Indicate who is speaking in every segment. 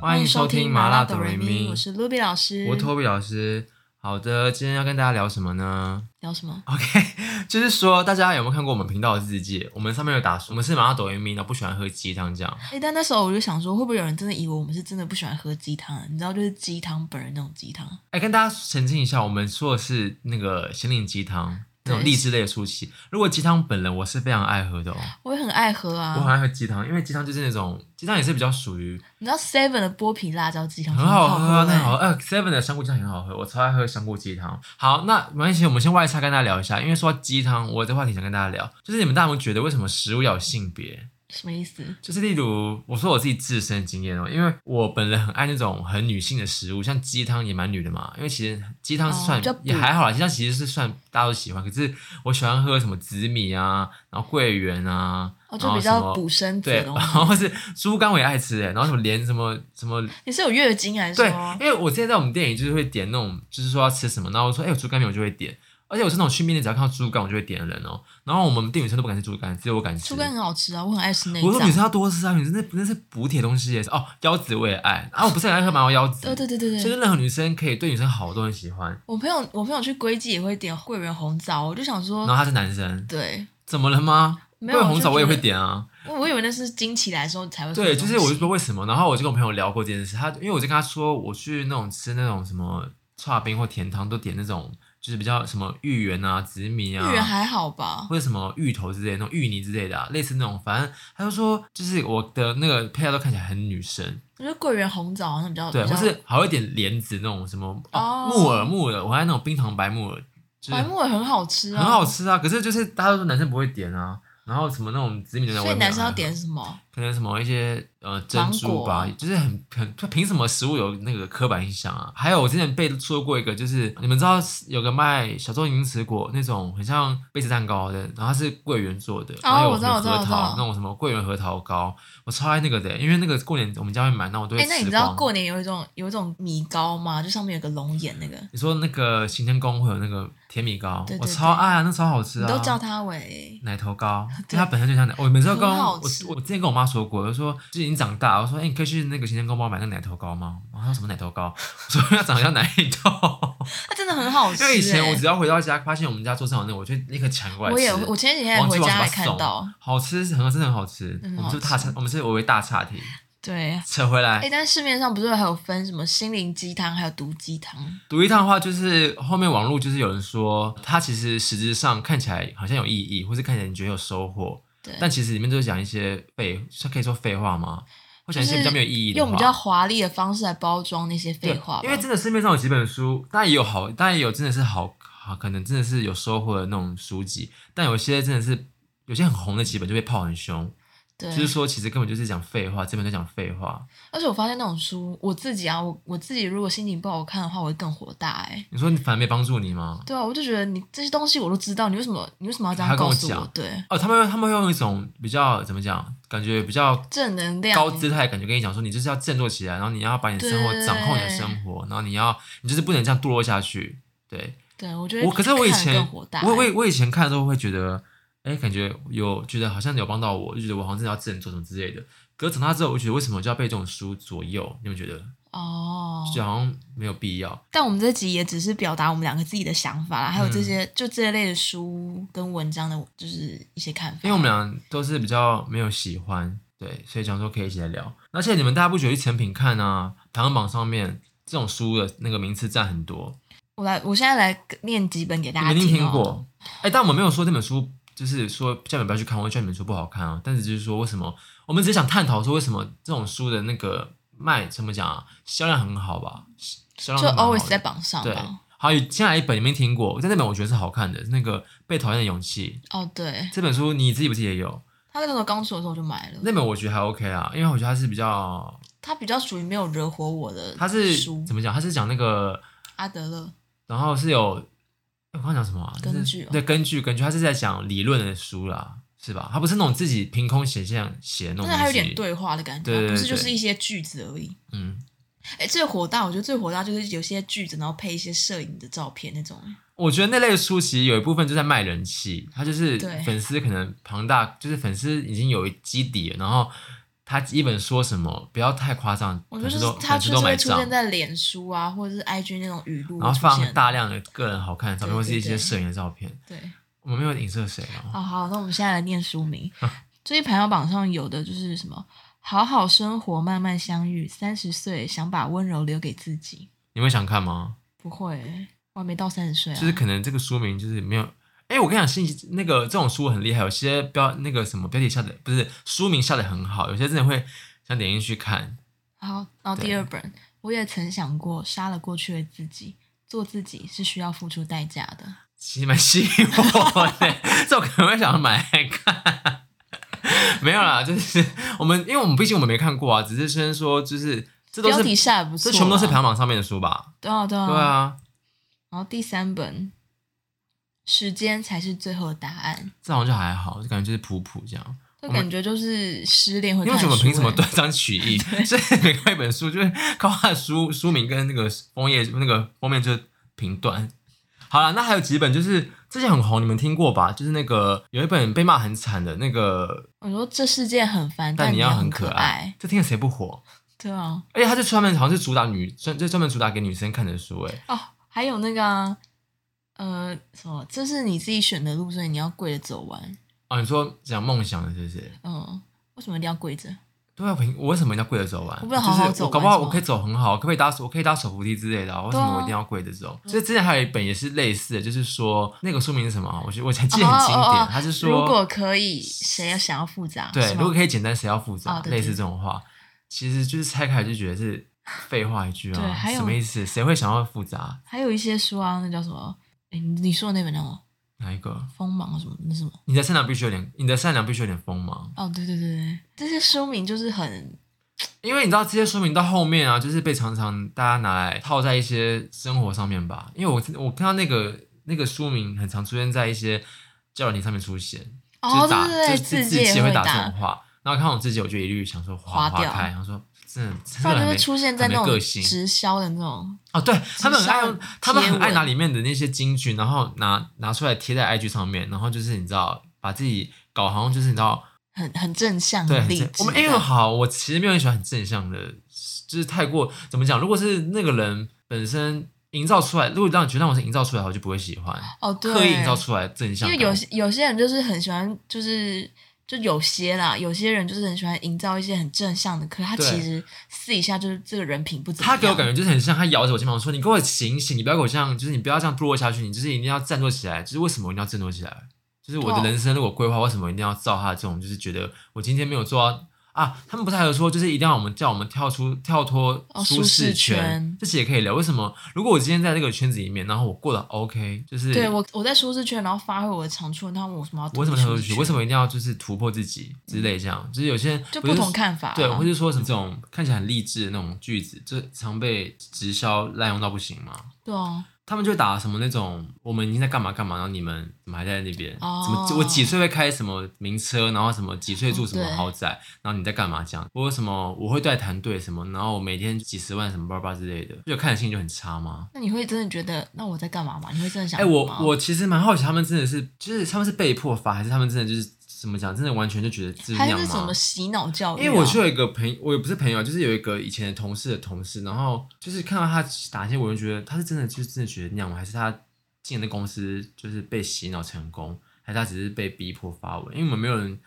Speaker 1: 欢迎收听麻辣哆瑞咪，
Speaker 2: 我是 Ruby 老师，
Speaker 1: 我是 Toby 老师。好的，今天要跟大家聊什么呢
Speaker 2: 聊什
Speaker 1: 啊
Speaker 2: 么？
Speaker 1: ？OK，就是说大家有没有看过我们频道的字界？我们上面有打，我们是麻辣哆瑞咪，然后不喜欢喝鸡汤这样。
Speaker 2: 哎、但那时候我就想说，会不会有人真的以为我们是真的不喜欢喝鸡汤啊？你知道，就是鸡汤本人那种鸡汤。
Speaker 1: 哎，跟大家澄清一下，我们说的是那个心灵鸡汤。那种
Speaker 2: 对
Speaker 1: 励志类的书籍，如果鸡汤本人我是非常爱喝的哦，
Speaker 2: 我也很爱喝
Speaker 1: 我很
Speaker 2: 啊，
Speaker 1: 爱喝鸡汤，因为鸡汤就是那种鸡汤也是比较属于
Speaker 2: 你知道 Seven 的剥皮辣椒鸡汤
Speaker 1: 很好喝
Speaker 2: 喝
Speaker 1: 啊，
Speaker 2: 欸，
Speaker 1: 那很好喝。呃，Seven 的香菇鸡汤也很好喝，我超爱喝香菇鸡汤。好，那没关系，我们先外插跟大家聊一下，因为说到鸡汤，我有这话题想跟大家聊，就是你们大家有没有觉得为什么食物要有性别？
Speaker 2: 什么意思？
Speaker 1: 就是例如我说我自己自身的经验哦，因为我本人很爱那种很女性的食物，像鸡汤也蛮女的嘛，因为其实鸡汤是
Speaker 2: 哦
Speaker 1: 算、
Speaker 2: 比较补
Speaker 1: 也还好啦，鸡汤其实是算大家都喜欢，可是我喜欢喝什么紫米啊，然后桂圆啊，
Speaker 2: 哦，
Speaker 1: 然
Speaker 2: 就
Speaker 1: 后
Speaker 2: 比
Speaker 1: 什么
Speaker 2: 较补身子
Speaker 1: 对，
Speaker 2: 的东
Speaker 1: 然
Speaker 2: 西。
Speaker 1: 后是猪肝我也爱吃哎，然后什么连什么什么
Speaker 2: 你是有月经啊还是
Speaker 1: 对
Speaker 2: 什么，
Speaker 1: 因为我之前在我们店里就是会点那种，就是说要吃什么，然后我说哎、有猪肝面我就会点，而且我是那种去面店只要看到猪肝我就会点的人哦。然后我们店女生都不敢吃猪肝，只有我敢吃。
Speaker 2: 猪肝很好吃啊，我很爱吃内
Speaker 1: 我说女
Speaker 2: 脏。
Speaker 1: 生要多吃啊，女生那那是补铁东西也是哦，腰子我也爱， 然、啊、后我不是很爱喝麻油腰子，
Speaker 2: 哦对对对对
Speaker 1: 所以
Speaker 2: 对，
Speaker 1: 任何女生可以对女生好，我都很喜欢。
Speaker 2: 我朋友我朋友去龟记也会点桂圆红枣，我就想
Speaker 1: 然
Speaker 2: 说，
Speaker 1: 后他是男生，
Speaker 2: 对，
Speaker 1: 怎么了吗？
Speaker 2: 哦没有
Speaker 1: 桂红
Speaker 2: 就
Speaker 1: 枣我也
Speaker 2: 觉
Speaker 1: 会
Speaker 2: 得
Speaker 1: 点啊，
Speaker 2: 我我以为那是经期来的时候才会喝的
Speaker 1: 对，
Speaker 2: 东
Speaker 1: 就
Speaker 2: 西。
Speaker 1: 是我就 说为什么，然后我就跟我朋友聊过这件事，他因为我就跟他说，我去那种吃那种什么串冰或甜汤，都点那种就是比较什么芋圆啊、紫米啊，
Speaker 2: 芋圆还好吧？
Speaker 1: 或者什么芋头之类的那种芋泥之类的、啊，类似那种，反正他就说，就是我的那个配料都看起来很女生，
Speaker 2: 我觉得桂圆红枣好像比较
Speaker 1: 对，
Speaker 2: 哦比
Speaker 1: 或
Speaker 2: 较
Speaker 1: 是还有一点莲子那种什么、哦
Speaker 2: 哦、
Speaker 1: 木耳木耳，我还有那种冰糖白木耳，就是
Speaker 2: 白木耳很好吃啊，
Speaker 1: 很好。吃啊，可是就是大家都说男生不会点啊。然后什么那啊种紫米的，
Speaker 2: 所以男生要点什么？
Speaker 1: 可能什么一些呃珍珠吧
Speaker 2: 芒，
Speaker 1: 就是很很凭什么食物有那个刻板印象啊？还有我之前被说过一个，就是你们知道有个卖小众银齿果那种很像杯子蛋糕的，然后它是桂圆做的，然后有
Speaker 2: 哦我
Speaker 1: 什
Speaker 2: 知道
Speaker 1: 么
Speaker 2: 我
Speaker 1: 核
Speaker 2: 知道我知道
Speaker 1: 桃那种什么桂圆核桃糕，我超爱那个的，因为那个过年我们家会买，那我都会
Speaker 2: 哎，那你
Speaker 1: 吃
Speaker 2: 知道
Speaker 1: 光。
Speaker 2: 过年有一种有一种米糕吗？就上面有个龙眼那个，
Speaker 1: 你说那个行天宫会有那个甜米糕，
Speaker 2: 对对
Speaker 1: 我
Speaker 2: 对
Speaker 1: 超爱啊，那超好吃
Speaker 2: 你
Speaker 1: 啊！
Speaker 2: 都叫它为
Speaker 1: 奶头糕，因为
Speaker 2: 对
Speaker 1: 它本身就像奶。我每次都跟
Speaker 2: 很
Speaker 1: 我
Speaker 2: 好
Speaker 1: 我
Speaker 2: 吃
Speaker 1: 我之前跟我妈说过，我说就是已经长大，我说哎、你可以去那个新鲜宫帮我买那个奶头糕吗？然后她说什么奶头糕？我说要长得像奶 头。
Speaker 2: 它真的很好吃。
Speaker 1: 因为以前我只
Speaker 2: 哎
Speaker 1: 要回到家，发现我们家桌上有那个，我就立刻抢过来吃。
Speaker 2: 我也我前几天还
Speaker 1: 忘记
Speaker 2: 回
Speaker 1: 忘记
Speaker 2: 家
Speaker 1: 把
Speaker 2: 还
Speaker 1: 它
Speaker 2: 看
Speaker 1: 送
Speaker 2: 到，
Speaker 1: 好吃，是很好，真的很好吃。
Speaker 2: 嗯
Speaker 1: 我们
Speaker 2: 好
Speaker 1: 是大
Speaker 2: 吃
Speaker 1: 岔，我们是我为大岔题，
Speaker 2: 对。
Speaker 1: 扯回来
Speaker 2: 哎，。但市面上不是还有分什么心灵鸡汤，还有毒鸡汤？
Speaker 1: 读一趟的话，就是后面网络就是有人说，它其实实质上看起来好像有意义，或是看起来你觉得有收获，
Speaker 2: 对
Speaker 1: 但其实里面都是讲一些废，算可以说废话吗？或讲一些比较没有意义的话。
Speaker 2: 用比较华丽的方式来包装那些废话吧。
Speaker 1: 对因为真的市面上有几本书，当然也有好，当然也有真的是好，好可能真的是有收获的那种书籍，但有些真的是有些很红的几本就被泡很凶，
Speaker 2: 对，
Speaker 1: 就是说其实根本就是讲废话，这本就讲废话。
Speaker 2: 而且我发现那种书，我自己啊，我我自己如果心情不好看的话，我会更火大哎、
Speaker 1: 你说你反而没帮助你吗？
Speaker 2: 对啊，我就觉得你这些东西我都知道，你为什么你为什么要这
Speaker 1: 还
Speaker 2: 样
Speaker 1: 跟我
Speaker 2: 告诉我？
Speaker 1: 讲
Speaker 2: 对，
Speaker 1: 哦，他们他们会用一种比较怎么讲，感觉比较
Speaker 2: 正能量，
Speaker 1: 高姿态，感觉跟你讲说，你就是要振作起来，然后你要把你的生活
Speaker 2: 对
Speaker 1: 掌控你的生活，然后你要你就是不能这样堕落下去。对
Speaker 2: 对我觉得
Speaker 1: 我，可是我以
Speaker 2: 看得
Speaker 1: 前
Speaker 2: 更火大、欸
Speaker 1: 我我我以前看的时候会觉得，哎，感觉有觉得好像有帮到我，就觉得我好像真的要振作什么之类的。可是长大之后，我就觉得为什么就要被这种书左右？你们觉得
Speaker 2: 哦，
Speaker 1: 就好像没有必要？
Speaker 2: 但我们这集也只是表达我们两个自己的想法啦，还有
Speaker 1: 嗯
Speaker 2: 这些、就这类的书跟文章的，就是一些看法。
Speaker 1: 因为我们俩都是比较没有喜欢，对，所以想说可以一起来聊。而且你们大家不觉得去成品看啊，排行榜上面这种书的那个名次占很多，
Speaker 2: 我来，我现在来念几本给大
Speaker 1: 你
Speaker 2: 家
Speaker 1: 们一
Speaker 2: 听、哦。
Speaker 1: 定听过。哎、但我们没有说这本书，就是说叫你们不要去看，我叫你们说不好看啊。但是就是说为什么，我们只是想探讨说为什么这种书的那个卖怎么讲啊，销量很好吧？销量都
Speaker 2: 就
Speaker 1: 蛮好的
Speaker 2: always 在榜上
Speaker 1: 对
Speaker 2: 吧。。
Speaker 1: 还有接下来一本你没听过，但那本我觉得是好看的，那个《被讨厌的勇气》
Speaker 2: 哦，对，
Speaker 1: 这本书，你自己不是也有？
Speaker 2: 他那个时候刚出的时候我就买了，
Speaker 1: 那本我觉得还 OK 啊，因为我觉得它是比较，
Speaker 2: 他比较属于没有惹火我的书。
Speaker 1: 它是怎么讲？它是讲那个，
Speaker 2: 阿德勒，
Speaker 1: 然后是有，哎我刚刚讲什么、啊？就是
Speaker 2: 根据哦
Speaker 1: 对，根据根据，它是在讲理论的书啦，是吧？它不是那种自己凭空想象写的那种
Speaker 2: 但
Speaker 1: 东
Speaker 2: 是
Speaker 1: 西。
Speaker 2: 还有点，对话的感觉，
Speaker 1: 对对对
Speaker 2: 不是就是一些句子而已。
Speaker 1: 嗯，
Speaker 2: 哎，最火大，我觉得最火大就是有些句子，然后配一些摄影的照片那种。啊
Speaker 1: 我觉得那类的书其实有一部分就在卖人气，它就是
Speaker 2: 对
Speaker 1: 粉丝可能庞大，就是粉丝已经有基底了，然后。他一本说什么不要太夸张，
Speaker 2: 我觉得
Speaker 1: 粉
Speaker 2: 就
Speaker 1: 丝都
Speaker 2: 是它
Speaker 1: 粉丝
Speaker 2: 就
Speaker 1: 都
Speaker 2: 是
Speaker 1: 买
Speaker 2: 会出
Speaker 1: 账
Speaker 2: 现，在脸书啊，或者是 IG 那种语录，
Speaker 1: 然后
Speaker 2: 出
Speaker 1: 放
Speaker 2: 现
Speaker 1: 大量的个人好看的照片，
Speaker 2: 对
Speaker 1: 或是一些
Speaker 2: 对对
Speaker 1: 摄影的照片。
Speaker 2: 对。
Speaker 1: 我们没有影射谁啊，
Speaker 2: 哦，好，那我们现在来念书名。 最近排行榜上有的就是什么“好好生活，慢慢相遇”，三十岁想把温柔留给自己。
Speaker 1: 你会想看吗？
Speaker 2: 不会，我还没到三十岁啊。
Speaker 1: 就是可能这个书名就是没有。哎、我跟你讲，信息那个这种书很厉害，有些标那个什么标题下的不是书名下的很好，有些真的会想点进去看。
Speaker 2: 好，然后
Speaker 1: 对
Speaker 2: 第二本，我也曾想过杀了过去的自己，做自己是需要付出代价的。
Speaker 1: 其实蛮吸引我的，这我可能会想要买来看。 没有啦，就是我们，因为我们毕竟我们没看过啊，只是先说，就是这都
Speaker 2: 标
Speaker 1: 是
Speaker 2: 题下也不
Speaker 1: 这
Speaker 2: 错、啊，
Speaker 1: 全部都是排行榜上面的书吧？
Speaker 2: 对啊对啊
Speaker 1: 对。啊，
Speaker 2: 然后第三本，时间才是最后的答案。
Speaker 1: 这好像就还好，就感觉就是普普这样。
Speaker 2: 这
Speaker 1: 我们
Speaker 2: 感觉就是失恋会
Speaker 1: 因
Speaker 2: 看
Speaker 1: 为
Speaker 2: 的
Speaker 1: 什
Speaker 2: 书欸。
Speaker 1: 么凭什么断章取 义？所以每看一本书，就是靠它的书书名跟那个封页那个封面就评断。好了，那还有几本就是之前很红，你们听过吧？就是那个有一本被骂很惨的那个，
Speaker 2: 我说这世界很烦，
Speaker 1: 但
Speaker 2: 你
Speaker 1: 你要
Speaker 2: 很
Speaker 1: 很可爱，这听了谁不火？
Speaker 2: 对啊，
Speaker 1: 而且它就专门好像是主打女，专就专门主打给女生看的书，哎，
Speaker 2: 哦，还有那个啊、呃，什么？这是你自己选的路，所以你要跪着走完。
Speaker 1: 哦，你说讲梦想的是不是？
Speaker 2: 嗯，为什么一定要跪着？
Speaker 1: 对啊，我凭我为什么一定要跪着走完？
Speaker 2: 我不能好好
Speaker 1: 就是
Speaker 2: 走
Speaker 1: 我
Speaker 2: 完
Speaker 1: 搞不好
Speaker 2: 是吗
Speaker 1: 我可以走很好，可不可以搭手我可以搭手扶梯之类的啊、为什
Speaker 2: 对
Speaker 1: 么
Speaker 2: 啊
Speaker 1: 我一定要跪着走？所以之前还有一本也是类似的，就是说那个书名是什么啊？我觉得我还记得很经
Speaker 2: 哦哦
Speaker 1: 典
Speaker 2: 哦，
Speaker 1: 他是
Speaker 2: 如果
Speaker 1: 说
Speaker 2: 可以，谁要想要复杂？
Speaker 1: 对，
Speaker 2: 是吗
Speaker 1: 如果可以简单，谁要负责啊
Speaker 2: 哦？对对
Speaker 1: 类似这种话，其实就是拆开来就觉得是废话一句
Speaker 2: 对
Speaker 1: 啊，
Speaker 2: 还有
Speaker 1: 什么意思？谁会想要复杂？
Speaker 2: 还有一些书啊，那叫什么？哎，你你说的那本叫什么？
Speaker 1: 哪一个？
Speaker 2: 锋芒什么？那什么？
Speaker 1: 你的善良必须有点，你的善良必须有点锋芒，
Speaker 2: 哦，对对对对，这些书名就是很
Speaker 1: 因为你知道这些书名到后面啊，就是被常常大家拿来套在一些生活上面吧。因为我我看到那个那个书名很常出现在一些交友题上面出现，
Speaker 2: 哦，
Speaker 1: 就
Speaker 2: 对
Speaker 1: 打
Speaker 2: 对对，
Speaker 1: 就自
Speaker 2: 己也
Speaker 1: 己
Speaker 2: 会
Speaker 1: 打这种话。然后看我自己，我就一律想说划
Speaker 2: 划
Speaker 1: 划
Speaker 2: 掉
Speaker 1: 开，然后说真的真
Speaker 2: 不
Speaker 1: 的
Speaker 2: 然
Speaker 1: 很
Speaker 2: 就
Speaker 1: 没
Speaker 2: 会出现在
Speaker 1: 很
Speaker 2: 那
Speaker 1: 没
Speaker 2: 种
Speaker 1: 个性
Speaker 2: 直销的那种。
Speaker 1: 哦，对他们很爱
Speaker 2: 上
Speaker 1: 用，他们
Speaker 2: 贴
Speaker 1: 很爱
Speaker 2: 文
Speaker 1: 拿里面的那些金句，然后拿拿出来贴在 IG 上面，然后就是你知道把自己搞好像就是你知道
Speaker 2: 很很正向，
Speaker 1: 对
Speaker 2: 很
Speaker 1: 很
Speaker 2: 励
Speaker 1: 正
Speaker 2: 志。
Speaker 1: 我们 A 很好，我其实没有很喜欢很正向的，就是太过怎么讲？如果是那个人本身营造出来，如果让觉得让我是营造出来，我就不会喜欢。
Speaker 2: 哦，对，
Speaker 1: 刻意营造出来正向
Speaker 2: 因
Speaker 1: 感，
Speaker 2: 为有些有些人就是很喜欢，就是就有些啦，有些人就是很喜欢营造一些很正向的，可是他
Speaker 1: 对
Speaker 2: 其实私底下就是这个人品不怎么
Speaker 1: 他
Speaker 2: 样。
Speaker 1: 给我感觉就是很像他摇着我肩膀说：“你给我醒醒，你不要给我这样，就是你不要这样堕落下去，你就是一定要振作起来。”就是为什么我一定要振作起来？就是我的
Speaker 2: 对啊
Speaker 1: 人生如果规划，为什么一定要照他这种？就是觉得我今天没有做到啊，他们不是还有说，就是一定要我们叫我们跳出跳脱
Speaker 2: 哦
Speaker 1: 舒
Speaker 2: 舒适
Speaker 1: 适
Speaker 2: 圈
Speaker 1: 圈，这些也可以聊。为什么如果我今天在这个圈子里面，然后我过得 OK，就是
Speaker 2: 对我我在舒适圈，然后发挥我的长处，那我为什么要
Speaker 1: 我为什么
Speaker 2: 突
Speaker 1: 跳
Speaker 2: 出
Speaker 1: 出
Speaker 2: 去？
Speaker 1: 去？为什么一定要就是突破自己之类？这样就是有些人
Speaker 2: 就
Speaker 1: 不
Speaker 2: 不
Speaker 1: 是
Speaker 2: 同看法啊
Speaker 1: 对，或是说什么这种看起来很励志的那种句子，就常被直销滥用到不行嘛。
Speaker 2: 对啊，
Speaker 1: 他们就打什么那种，我们已经在干嘛干嘛，然后你们怎么还在那边？
Speaker 2: 哦
Speaker 1: 怎么我几岁会开什么名车，然后什么几岁住什么
Speaker 2: 哦对
Speaker 1: 豪宅，然后你在干嘛这样？我有什么我会带团队什么，然后我每天几十万什么巴拉巴拉之类的，就看着心情就很差吗？
Speaker 2: 那你会真的觉得那我在干嘛吗？你会真的想
Speaker 1: 哎、我
Speaker 2: 吗
Speaker 1: 我其实蛮好奇，他们真的是就是他们是被迫发，还是他们真的就是怎么讲，真的完全就觉得自己那
Speaker 2: 还
Speaker 1: 样
Speaker 2: 是什
Speaker 1: 吗
Speaker 2: 么？洗脑教育啊、
Speaker 1: 因为我就有一个朋我也不是朋友，就是有一个以前的同事的同事，然后就是看到他打一些文，就觉得他是真的就是真的觉得那样吗？还是他进的公司就是被洗脑成功，还是他只是被逼迫发文？因为我们没有人，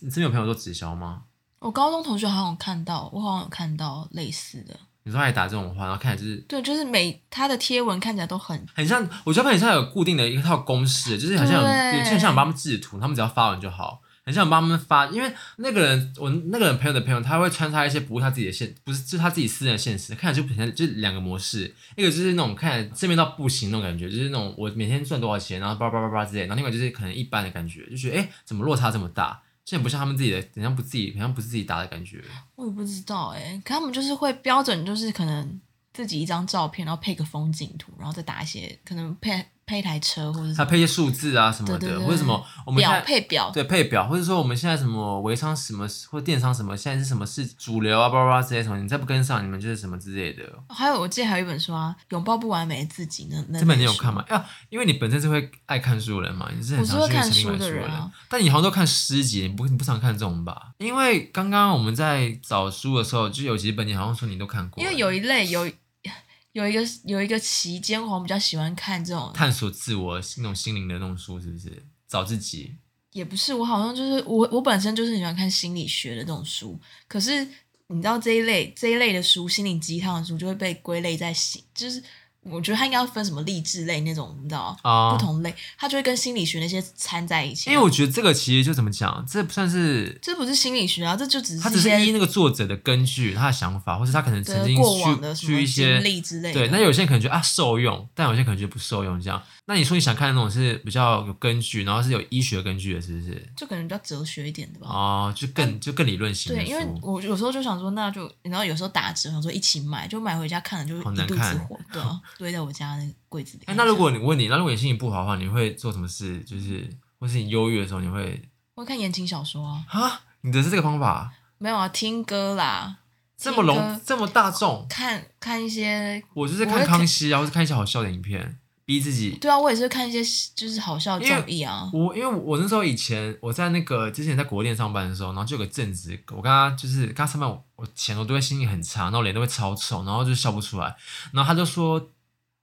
Speaker 1: 你真的有朋友做直销吗？
Speaker 2: 我高中同学好像有看到，我好像有看到类似的，
Speaker 1: 你说他也打这种话，然后看起来就是
Speaker 2: 对，就是每他的贴文看起来都很
Speaker 1: 很像，我觉得他们很像有固定的一套公式，就是很像有，
Speaker 2: 对
Speaker 1: 就很像我帮他们制图，他们只要发文就好。很像我帮他们发，因为那个人，我那个人朋友的朋友，他会穿插一些不是他自己的现，不是就是他自己私人的现实，看起来就很像就是两个模式，一个就是那种看起来正面到不行那种感觉，就是那种我每天赚多少钱，然后叭叭叭叭之类，然后另外就是可能一般的感觉，就觉得哎、诶怎么落差这么大，这很不像他们自己的，很像不自己，很像不是自己打的感觉。
Speaker 2: 我也不知道哎、可他们就是会标准，就是可能自己一张照片，然后配个风景图，然后再打一些可能配配一台车或者什
Speaker 1: 它
Speaker 2: 么
Speaker 1: 配一些数字啊什么
Speaker 2: 对对
Speaker 1: 的，
Speaker 2: 对
Speaker 1: 或者什么我们现
Speaker 2: 表
Speaker 1: 在
Speaker 2: 配表，
Speaker 1: 对配表，或者说我们现在什么微商什么或电商什么，现在是什么是主流啊，巴拉巴拉之类什么，你再不跟上，你们就是什么之类的。
Speaker 2: 还有我记得还有一本书啊，《拥抱不完美的自己》那那
Speaker 1: 这本你有
Speaker 2: 书
Speaker 1: 看吗？呀、因为你本身是会爱看书的人嘛，你是很
Speaker 2: 我是
Speaker 1: 常
Speaker 2: 会
Speaker 1: 去
Speaker 2: 看
Speaker 1: 神
Speaker 2: 书
Speaker 1: 明买
Speaker 2: 的
Speaker 1: 书
Speaker 2: 人啊
Speaker 1: 人。但你好像都看诗集，你不你不常看这种吧？因为刚刚我们在找书的时候，就有几本你好像说你都看过，
Speaker 2: 因为有一类有有一个有一个期间，我比较喜欢看这种，
Speaker 1: 探索自我那种心灵的那种书，是不是？找自己，
Speaker 2: 也不是我好像就是我我本身就是很喜欢看心理学的这种书，可是你知道这一类这一类的书，心灵鸡汤的书就会被归类在心，就是我觉得它应该要分什么励志类那种，你知道、
Speaker 1: 啊
Speaker 2: 不同类，它就会跟心理学那些掺在一起。
Speaker 1: 因为我觉得这个其实就怎么讲，这不算是
Speaker 2: 这不是心理学啊，这就只
Speaker 1: 他
Speaker 2: 是
Speaker 1: 只
Speaker 2: 一
Speaker 1: 是依
Speaker 2: 些
Speaker 1: 那个作者的根据，他的想法，或是他可能曾
Speaker 2: 的
Speaker 1: 经
Speaker 2: 过往的
Speaker 1: 去
Speaker 2: 什么
Speaker 1: 去一些
Speaker 2: 经历之类的。
Speaker 1: 对，那有些人可能觉得啊受用，但有些人可能觉得不受用这样。那你说你想看那种是比较有根据，然后是有医学根据的，是不是？
Speaker 2: 就可能比较哲学一点的吧。
Speaker 1: 哦，就更就更理论型的
Speaker 2: 嗯对，因为
Speaker 1: 书。
Speaker 2: 我有时候就想说，那就然后有时候打折，想说一起买，就买回家看了，就
Speaker 1: 好
Speaker 2: 一
Speaker 1: 难
Speaker 2: 肚子
Speaker 1: 看
Speaker 2: 火，对啊，堆在我家那个柜子里。
Speaker 1: 哎，那如果你问你，那如果你心情不好的话，你会做什么事？就是或是你忧郁的时候，你会
Speaker 2: 我会看言情小说啊，
Speaker 1: 啊？你的是这个方法
Speaker 2: 没有啊，听歌啦，
Speaker 1: 这么
Speaker 2: 听
Speaker 1: 笼
Speaker 2: 歌
Speaker 1: 这么大众，
Speaker 2: 看看一些，
Speaker 1: 我就是
Speaker 2: 我会
Speaker 1: 看
Speaker 2: 看
Speaker 1: 康熙啊，或是看一些好笑的影片，逼自己
Speaker 2: 对啊，我也是看一些就是好笑的
Speaker 1: 因为
Speaker 2: 综艺啊，
Speaker 1: 我因为我那时候以前我在那个之前在国电上班的时候，然后就有个正职，我跟他就是跟他上班我，我前我都会心情很差，然后脸都会超臭，然后就笑不出来，然后他就说。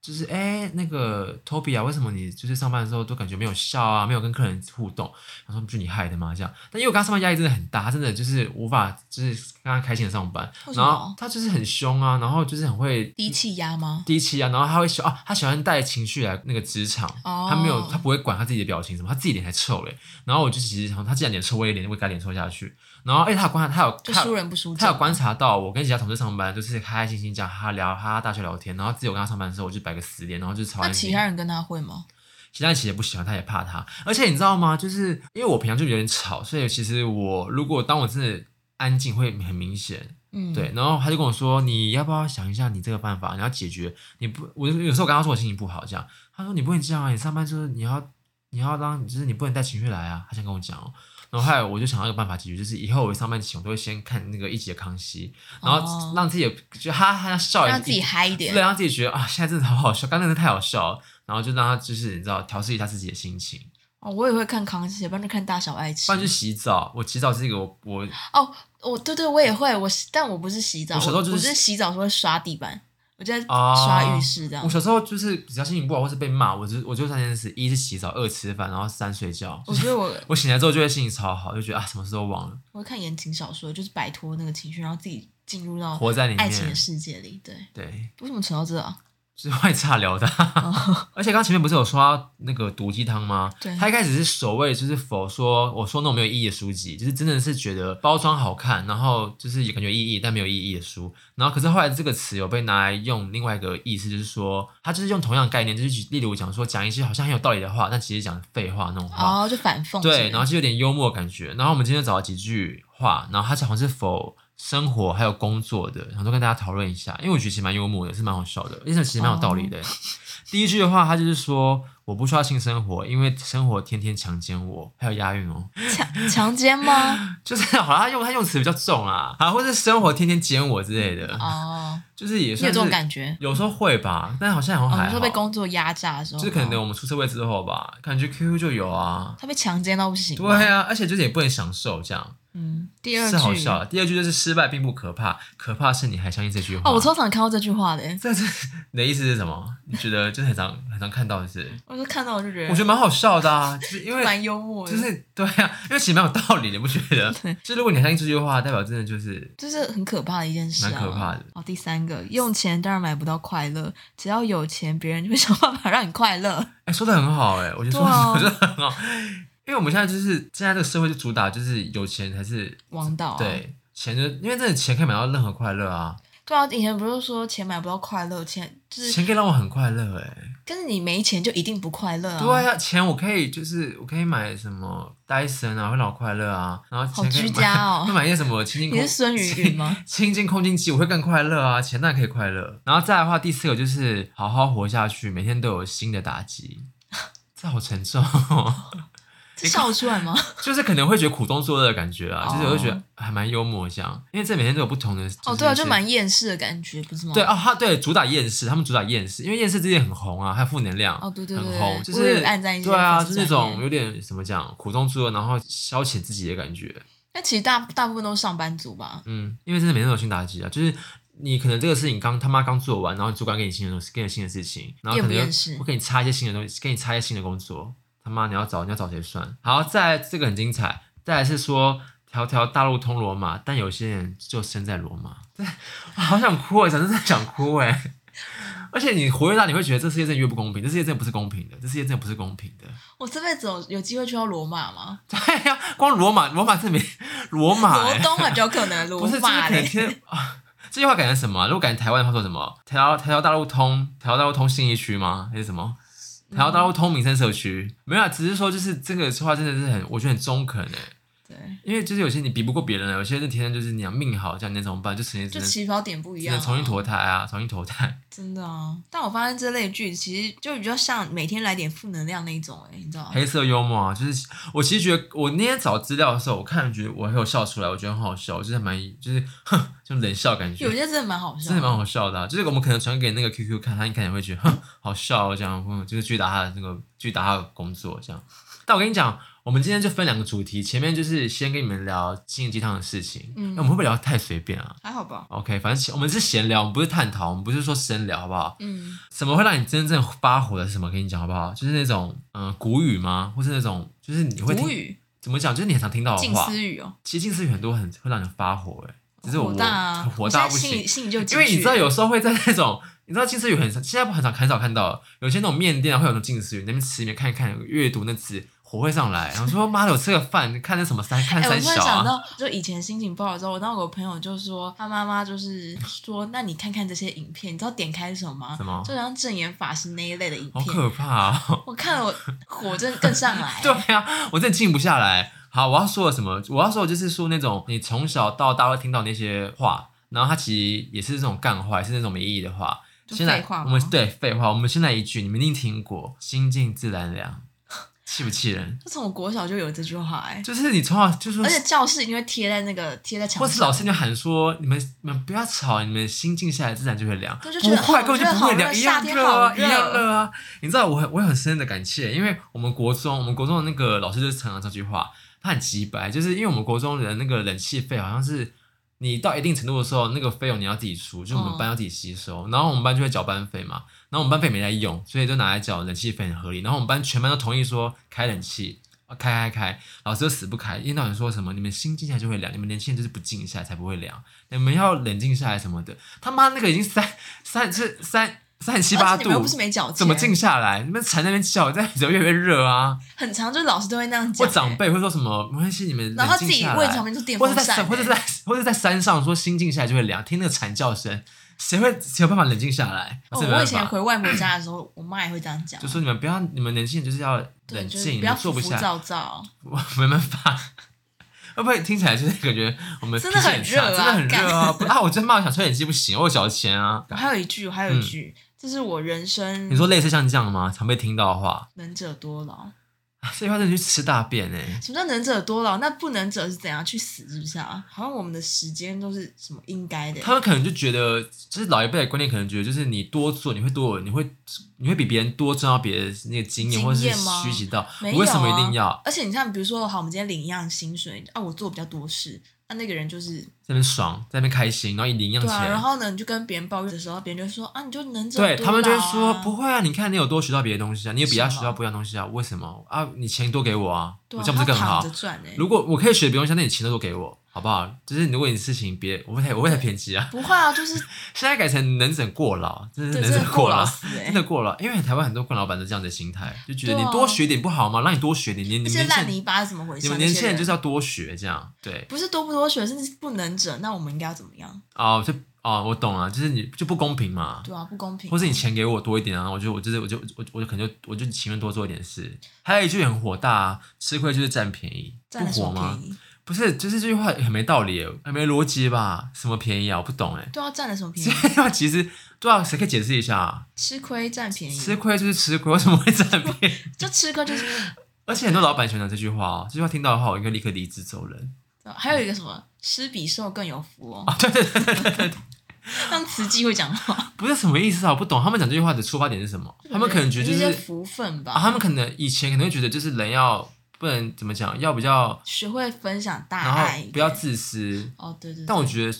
Speaker 1: 就是哎、那个 Toby 啊，为什么你就是上班的时候都感觉没有笑啊，没有跟客人互动？他说不是你害的吗？这样，但因为我跟他上班压力真的很大，他真的就是无法就是跟他开心的上班，
Speaker 2: 为什
Speaker 1: 然
Speaker 2: 么
Speaker 1: 后他就是很凶啊，然后就是很会
Speaker 2: 低气压吗？
Speaker 1: 低气压，然后他会喜啊，他喜欢带情绪来那个职场，
Speaker 2: 哦
Speaker 1: 他没有他不会管他自己的表情什么，他自己脸还臭嘞。然后我就其实想，他既然脸臭，我也脸会给他脸臭下去。然后而且他有观察，他有
Speaker 2: 就
Speaker 1: 他
Speaker 2: 输
Speaker 1: 有
Speaker 2: 人不输
Speaker 1: 他有
Speaker 2: 阵，
Speaker 1: 观察到我跟其他同事上班，就是开开心心讲哈聊哈哈大学聊天，然后自己我跟他上班的时候，我就摆个死脸，然后就超
Speaker 2: 那
Speaker 1: 安
Speaker 2: 其
Speaker 1: 静。
Speaker 2: 他人跟他会吗？
Speaker 1: 其他人其实也不喜欢他，也怕他。而且你知道吗？就是因为我平常就有点吵，所以其实我如果当我真的安静，会很明显。
Speaker 2: 嗯，
Speaker 1: 对，，然后他就跟我说，你要不要想一下你这个办法，你要解决，你不，我就有时候我跟他说我心情不好这样，他说你不能这样啊，你上班就是你要你要让就是你不能带情绪来啊，他想跟我讲哦。然后后来我就想到一个办法解决，就是以后我上班前我都会先看那个一集的康熙，然
Speaker 2: 哦
Speaker 1: 后让自己也就哈哈笑一，
Speaker 2: 让自己嗨一点
Speaker 1: 对，，让自己觉得啊现在真的好好笑，刚才真的太好笑了，然后就让他就是你知道调试一下自己的心情，
Speaker 2: 哦，我也会看康熙，不然就看大小爱吃
Speaker 1: 不。然就洗澡，我洗澡是一个我我
Speaker 2: 哦，我对对，我也会，我洗但我不是洗澡，
Speaker 1: 我小时候
Speaker 2: 我
Speaker 1: 就是
Speaker 2: 我洗澡时候会刷地板，我就在
Speaker 1: 啊
Speaker 2: 刷浴室这样。
Speaker 1: 我小时候就是比较心情不好，或是被骂，我就我就三件事：一是洗澡，二吃饭，然后三睡觉。
Speaker 2: 我觉得我
Speaker 1: 我醒来之后就会心情超好，就觉得啊，什么事都忘了，
Speaker 2: 我会看言情小说，就是摆脱那个情绪，然后自己进入到
Speaker 1: 活在里面
Speaker 2: 爱情的世界里。对，
Speaker 1: 对，
Speaker 2: 为什么扯到这啊？
Speaker 1: 就是外差聊的。 而且刚前面不是有说到那个毒鸡汤吗？
Speaker 2: 哦对
Speaker 1: 他一开始是所谓就是否说我说那种没有意义的书籍，就是真的是觉得包装好看，然后就是也感觉有意义但没有意义的书。然后可是后来这个词有被拿来用另外一个意思，就是说他就是用同样的概念，就是举例如讲说讲一些好像很有道理的话，但其实讲废话那种话。
Speaker 2: 哦，就反讽之类的。
Speaker 1: 对，然后就有点幽默的感觉。然后我们今天找了几句话，然后它好像是否生活还有工作的，然后都跟大家讨论一下，因为我觉得其实蛮幽默的，是蛮好笑的，而且其实蛮有道理的。
Speaker 2: 哦
Speaker 1: 第一句的话，它就是说我不需要性生活，因为生活天天强奸我，还有押韵哦，
Speaker 2: 强强奸吗？
Speaker 1: 就是 好啦，他用他用词比较重啊，啊，或是生活天天奸我之类的，
Speaker 2: 哦，
Speaker 1: 就是也
Speaker 2: 你有
Speaker 1: 算
Speaker 2: 这
Speaker 1: 是
Speaker 2: 种感觉？
Speaker 1: 有时候会吧，但好像好像
Speaker 2: 哦，
Speaker 1: 还
Speaker 2: 你
Speaker 1: 好，
Speaker 2: 说被工作压榨的时候，
Speaker 1: 就是可能等
Speaker 2: 哦
Speaker 1: 我们出社会之后吧，感觉 QQ 就有啊，
Speaker 2: 他被强奸到不行。
Speaker 1: 对，啊，而且就是也不能享受这样。
Speaker 2: 嗯，第二句
Speaker 1: 是好笑啊的。第二句就是失败并不可怕，可怕是你还相信这句话。
Speaker 2: 哦，我超常看到这句话的，欸
Speaker 1: 这这你的意思是什么？你觉得就是很常很常看到的是？
Speaker 2: 我就看到我就觉
Speaker 1: 我觉得蛮好笑的啊，就是因为
Speaker 2: 蛮幽默的，
Speaker 1: 就是对啊，因为其实蛮有道理的，你不觉得
Speaker 2: 对？
Speaker 1: 就如果你相信这句话，代表真的就是
Speaker 2: 这是很可怕的一件事、啊，
Speaker 1: 蛮可怕的。
Speaker 2: 哦，第三个，用钱当然买不到快乐，只要有钱，别人就会想办法让你快 乐。
Speaker 1: 哎、说的很好哎、我觉得
Speaker 2: 对
Speaker 1: 说的、
Speaker 2: 啊
Speaker 1: 我觉得 很好，因为我们现在就是现在这个社会就主打就是有钱才是
Speaker 2: 王道、啊，
Speaker 1: 对钱就因为真的钱可以买到任何快乐啊，
Speaker 2: 对啊，以前不是说钱买不到快乐，钱就是，
Speaker 1: 钱可以让我很快乐哎、
Speaker 2: 但是你没钱就一定不快乐啊。
Speaker 1: 对啊，钱我可以就是我可以买什么 Dyson 啊，会让我快乐啊，然后钱可以
Speaker 2: 好居家哦
Speaker 1: 买会买一些什么清净空，
Speaker 2: 你是孙宇云吗？
Speaker 1: 清净空净机我会更快乐啊，钱当然可以快乐。然后再来的话，第四个就是好好活下去，每天都有新的打击。 这好沉重、 哦，
Speaker 2: 这笑得出来吗？
Speaker 1: 就是可能会觉得苦中作乐的感觉啊，就是
Speaker 2: 哦
Speaker 1: 会觉得还蛮幽默这样，因为这每天都有不同的
Speaker 2: 哦，对啊，
Speaker 1: 是一些
Speaker 2: 就蛮厌世的感觉，不是吗？
Speaker 1: 对哦，他对主打厌世，他们主打厌世，因为厌世之前很红啊，还有负能量
Speaker 2: 哦对对对
Speaker 1: 很红，就
Speaker 2: 我也
Speaker 1: 是
Speaker 2: 有按赞一些
Speaker 1: 对啊，就
Speaker 2: 粉丝
Speaker 1: 是那
Speaker 2: 专页
Speaker 1: 种有点怎么讲，苦中作乐，然后消遣自己的感觉。
Speaker 2: 那其实大大部分都是上班族吧？
Speaker 1: 嗯，因为真的每天都有新打击啊，就是你可能这个事情刚他妈刚做完，然后你主管给你新的东西，给你新的事情，然后可
Speaker 2: 厌不
Speaker 1: 能
Speaker 2: 厌世
Speaker 1: 我给你插一些新的东西，给你插一些新的工作，他妈你要找你要找谁算？好，再来这个很精彩，再来是说。条条大路通罗马，但有些人就生在罗马。 对，我好想哭哎，真的在想哭哎！而且你活越大，你会觉得这世界真的越不公平，这世界真的不是公平的，这世界真的不是公平的。
Speaker 2: 我这辈子有有机会去到罗马吗？
Speaker 1: 对呀、光罗马，罗马这没罗马、
Speaker 2: 罗
Speaker 1: 哎。
Speaker 2: 东啊，比较 可能，罗
Speaker 1: 不是，就是
Speaker 2: 马欸
Speaker 1: 可能
Speaker 2: 嘞。
Speaker 1: 天啊， 这句话感觉什么啊、如果感觉台湾的话说什么？台条台条大路通，台条大路通信义区吗？还是什么？台条大路通民生社区？没有啊，只是说就是这个说话真的是很，我觉得很中肯诶、
Speaker 2: 对，
Speaker 1: 因为就是有些你比不过别人啊，有些人天生就是你要命好，这样你能怎么办？就只能只
Speaker 2: 就
Speaker 1: 能
Speaker 2: 起跑点不一
Speaker 1: 只
Speaker 2: 样、
Speaker 1: 能
Speaker 2: 啊。
Speaker 1: 重新投胎啊，重新投胎。
Speaker 2: 真的啊，但我发现这类剧其实就比较像每天来点负能量那一种、哎，你知道吗？
Speaker 1: 黑色幽默啊，就是我其实觉得我那天找资料的时候，我看了觉得我很有笑出来，我觉得很好笑，就是蛮就是哼，就冷笑的感觉
Speaker 2: 有。些真的蛮好笑
Speaker 1: 真的蛮好笑的、啊，就是我们可能传给那个 QQ 看，他一看也会觉得哼好笑、哦，这样，嗯，就是去打他的那个去打他的工作这样。但我跟你讲，我们今天就分两个主题，前面就是先跟你们聊心灵鸡汤的事情，
Speaker 2: 嗯
Speaker 1: 那我们会不会聊得太随便啊
Speaker 2: 还好吧？
Speaker 1: ？OK，反正我们是闲聊，我们不是探讨，我们不是说深聊，好不好？
Speaker 2: 嗯，
Speaker 1: 什么会让你真正发火的是什么？跟你讲好不好？就是那种嗯、呃古语吗？或是那种就是你会
Speaker 2: 古
Speaker 1: 听
Speaker 2: 语、
Speaker 1: 怎么讲？就是你很常听到的
Speaker 2: 近
Speaker 1: 话，
Speaker 2: 思语哦，
Speaker 1: 其实近似语很多很会让人发火哎、只是我
Speaker 2: 火大啊，
Speaker 1: 火
Speaker 2: 我
Speaker 1: 大
Speaker 2: 现
Speaker 1: 不
Speaker 2: 在心
Speaker 1: 行
Speaker 2: 里，心里就有几
Speaker 1: 因为你
Speaker 2: 句
Speaker 1: 知道，有时候会在那种，你知道近视语很少，现在很少很少看到，有些那种面店啊会有那种近视语，那边吃里面看一看，阅读那字火会上来，然后说妈的，我吃个饭，看那什么三看
Speaker 2: 哎、我
Speaker 1: 三
Speaker 2: 突然
Speaker 1: 小
Speaker 2: 想
Speaker 1: 啊，
Speaker 2: 到，就以前心情不好的时候，我当我朋友就说，他妈妈就是说，那你看看这些影片，你知道点开是什么吗？
Speaker 1: 什么
Speaker 2: 就像正言法师那一类的影
Speaker 1: 好
Speaker 2: 片，
Speaker 1: 可怕哦！。
Speaker 2: 我看了我火真的更上来
Speaker 1: 对啊，我真的静不下来。好，我要说的什么？我要说的就是说那种你从小到大会听到那些话，然后它其实也是这种干话，也是那种没意义的话。
Speaker 2: 就
Speaker 1: 现在
Speaker 2: 废话吗
Speaker 1: 我们对废话，我们现在一句，你们一定听过“心静自然凉”，气不气人？
Speaker 2: 就从我国小就有这句话哎、
Speaker 1: 就是你从小就是
Speaker 2: 而且教室一定会贴在那个贴在墙上，
Speaker 1: 或是老师就喊说：“你们你们不要吵，你们心静下来，自然就会凉。”
Speaker 2: 对就觉
Speaker 1: 不
Speaker 2: 得
Speaker 1: 会，
Speaker 2: 好
Speaker 1: 根本就不会凉，
Speaker 2: 热
Speaker 1: 一样
Speaker 2: 夏天
Speaker 1: 热啊，
Speaker 2: 好
Speaker 1: 一
Speaker 2: 热
Speaker 1: 样热啊。你知道我很我有很深的感切，因为我们国中我们国中的那个老师就是常常这句话，他很急白，就是因为我们国中的那个冷气费好像是。你到一定程度的时候，那个费用你要自己出，就是我们
Speaker 2: 嗯
Speaker 1: 班要自己吸收，然后我们班就会缴班费嘛，然后我们班费没在用，所以就拿来缴冷气费很合理，然后我们班全班都同意说开冷气，啊开开开，老师就死不开，一天到晚说什么你们心静下来就会凉，你们年轻人就是不静下来才不会凉，你们要冷静下来什么的。他妈那个已经三三是三三十七八
Speaker 2: 而且你
Speaker 1: 度
Speaker 2: 们又不是没缴钱，
Speaker 1: 怎么静下来？你们缠在那边叫，这样子越来越热啊！
Speaker 2: 很长，就是老师都会那样
Speaker 1: 或
Speaker 2: 讲、
Speaker 1: 长辈会说什么没关系，你们
Speaker 2: 然后
Speaker 1: 冷
Speaker 2: 自
Speaker 1: 静
Speaker 2: 己
Speaker 1: 下
Speaker 2: 位置旁
Speaker 1: 来，
Speaker 2: 边就电
Speaker 1: 或者在
Speaker 2: 风扇、哎欸
Speaker 1: 山或者在或者在山上说心静下来就会凉，听那个惨叫声，谁会谁有办法冷静下来？
Speaker 2: 哦
Speaker 1: 真没
Speaker 2: 我以
Speaker 1: 办
Speaker 2: 前
Speaker 1: 法。
Speaker 2: 回外婆家的时候，我妈也会这样讲，
Speaker 1: 就说你们不要，你们年轻人就是要
Speaker 2: 对，
Speaker 1: 冷
Speaker 2: 就
Speaker 1: 静，
Speaker 2: 是
Speaker 1: 你
Speaker 2: 不要
Speaker 1: 们做
Speaker 2: 浮
Speaker 1: 不
Speaker 2: 浮
Speaker 1: 下来，
Speaker 2: 躁躁，
Speaker 1: 我没办法。会不会听起来就是感觉我们
Speaker 2: 真的
Speaker 1: 脾气
Speaker 2: 很
Speaker 1: 差真
Speaker 2: 热
Speaker 1: 的
Speaker 2: 啊
Speaker 1: 很热啊！不啊，我真骂我想吹冷气不行，我有小钱啊。
Speaker 2: 我还有一句，我还有一句，这是我人生
Speaker 1: 嗯你说类似像这样吗？常被听到的话，
Speaker 2: 能者多劳。
Speaker 1: 啊这句话真的去吃大便哎、
Speaker 2: 什么叫能者多劳？那不能者是怎样去死？是不是啊？好像我们的时间都是什么应该的？
Speaker 1: 他们可能就觉得，就是老一辈的观念，可能觉得就是你多做，你会多，你会你会比别人多赚到别人那个经验，
Speaker 2: 经
Speaker 1: 或者是
Speaker 2: 验吗
Speaker 1: 学习到。
Speaker 2: 没
Speaker 1: 我
Speaker 2: 有、啊、
Speaker 1: 为什么一定要
Speaker 2: 而且你像比如说，好，我们今天领一样薪水啊，我做比较多事，那那个人就是
Speaker 1: 在那边爽，在那边开心，然后一领一样
Speaker 2: 对啊，
Speaker 1: 钱？
Speaker 2: 然后呢，你就跟别人抱怨的时候，别人就说啊，你就能者多劳、
Speaker 1: 对
Speaker 2: 啊。
Speaker 1: 他们就会说不会啊，你看你有多学到别的东西啊，你也比他
Speaker 2: 是啊
Speaker 1: 学到不一样的东西啊，为什么啊？你钱多给我啊，
Speaker 2: 对
Speaker 1: 我
Speaker 2: 啊，
Speaker 1: 这样不是更
Speaker 2: 他
Speaker 1: 好
Speaker 2: 躺着？赚哎、
Speaker 1: 如果我可以学别的东西，那你钱都多给我，好不好？就是如果你事情别，我会太我会太偏激啊。
Speaker 2: 不会啊， 就是
Speaker 1: 现在改成能整过劳，真的
Speaker 2: 对，
Speaker 1: 是能
Speaker 2: 真的
Speaker 1: 整过劳
Speaker 2: 劳，死哎、
Speaker 1: 真的过了，因为台湾很多惯老板都这样的心态，就觉得
Speaker 2: 对啊
Speaker 1: 你多学点不好吗？让你多学点，你你
Speaker 2: 那
Speaker 1: 们
Speaker 2: 些
Speaker 1: 年
Speaker 2: 烂
Speaker 1: 轻
Speaker 2: 泥巴是怎么回事
Speaker 1: 你
Speaker 2: 啊？
Speaker 1: 们年
Speaker 2: 那些
Speaker 1: 轻人
Speaker 2: 人
Speaker 1: 就是要多学，这样对
Speaker 2: 不是多不多学，甚至是不能者，那我们应该要怎么样？
Speaker 1: 哦，就哦，我懂了，就是你就不公平嘛，
Speaker 2: 对啊，不公平。
Speaker 1: 或是你钱给我多一点啊，我就我就是我就我我就可能就我就情愿多做一点事。还有一句很火大、啊，吃亏就是占便宜，
Speaker 2: 占
Speaker 1: 不
Speaker 2: 了什
Speaker 1: 火
Speaker 2: 么
Speaker 1: 吗
Speaker 2: 便？宜？
Speaker 1: 不是，就是这句话很没道理耶，很没逻辑吧？什么便宜啊？我不懂哎。
Speaker 2: 对啊，占了什么 便宜？
Speaker 1: 这句话其实对啊，谁可以解释一下、啊？
Speaker 2: 吃亏占便宜，
Speaker 1: 吃亏就是吃亏，为什么会占便宜？
Speaker 2: 就吃亏就是。
Speaker 1: 而且很多老板喜欢讲这句话哦，这句话听到的话，我应该立刻离职走人
Speaker 2: 呃还有一个什么，施比受更有福哦，
Speaker 1: 啊！对对对，
Speaker 2: 让慈济会讲话，
Speaker 1: 不是什么意思啊，我不懂他们讲这句话的出发点是什么？ 他们可能觉得就
Speaker 2: 一些
Speaker 1: 是
Speaker 2: 福分吧。
Speaker 1: 啊，他们可能以前可能会觉得就是人要不能怎么讲，要比较，
Speaker 2: 学会分享大
Speaker 1: 然
Speaker 2: 爱
Speaker 1: 后，不要自私。
Speaker 2: 哦，对对。
Speaker 1: 但我觉得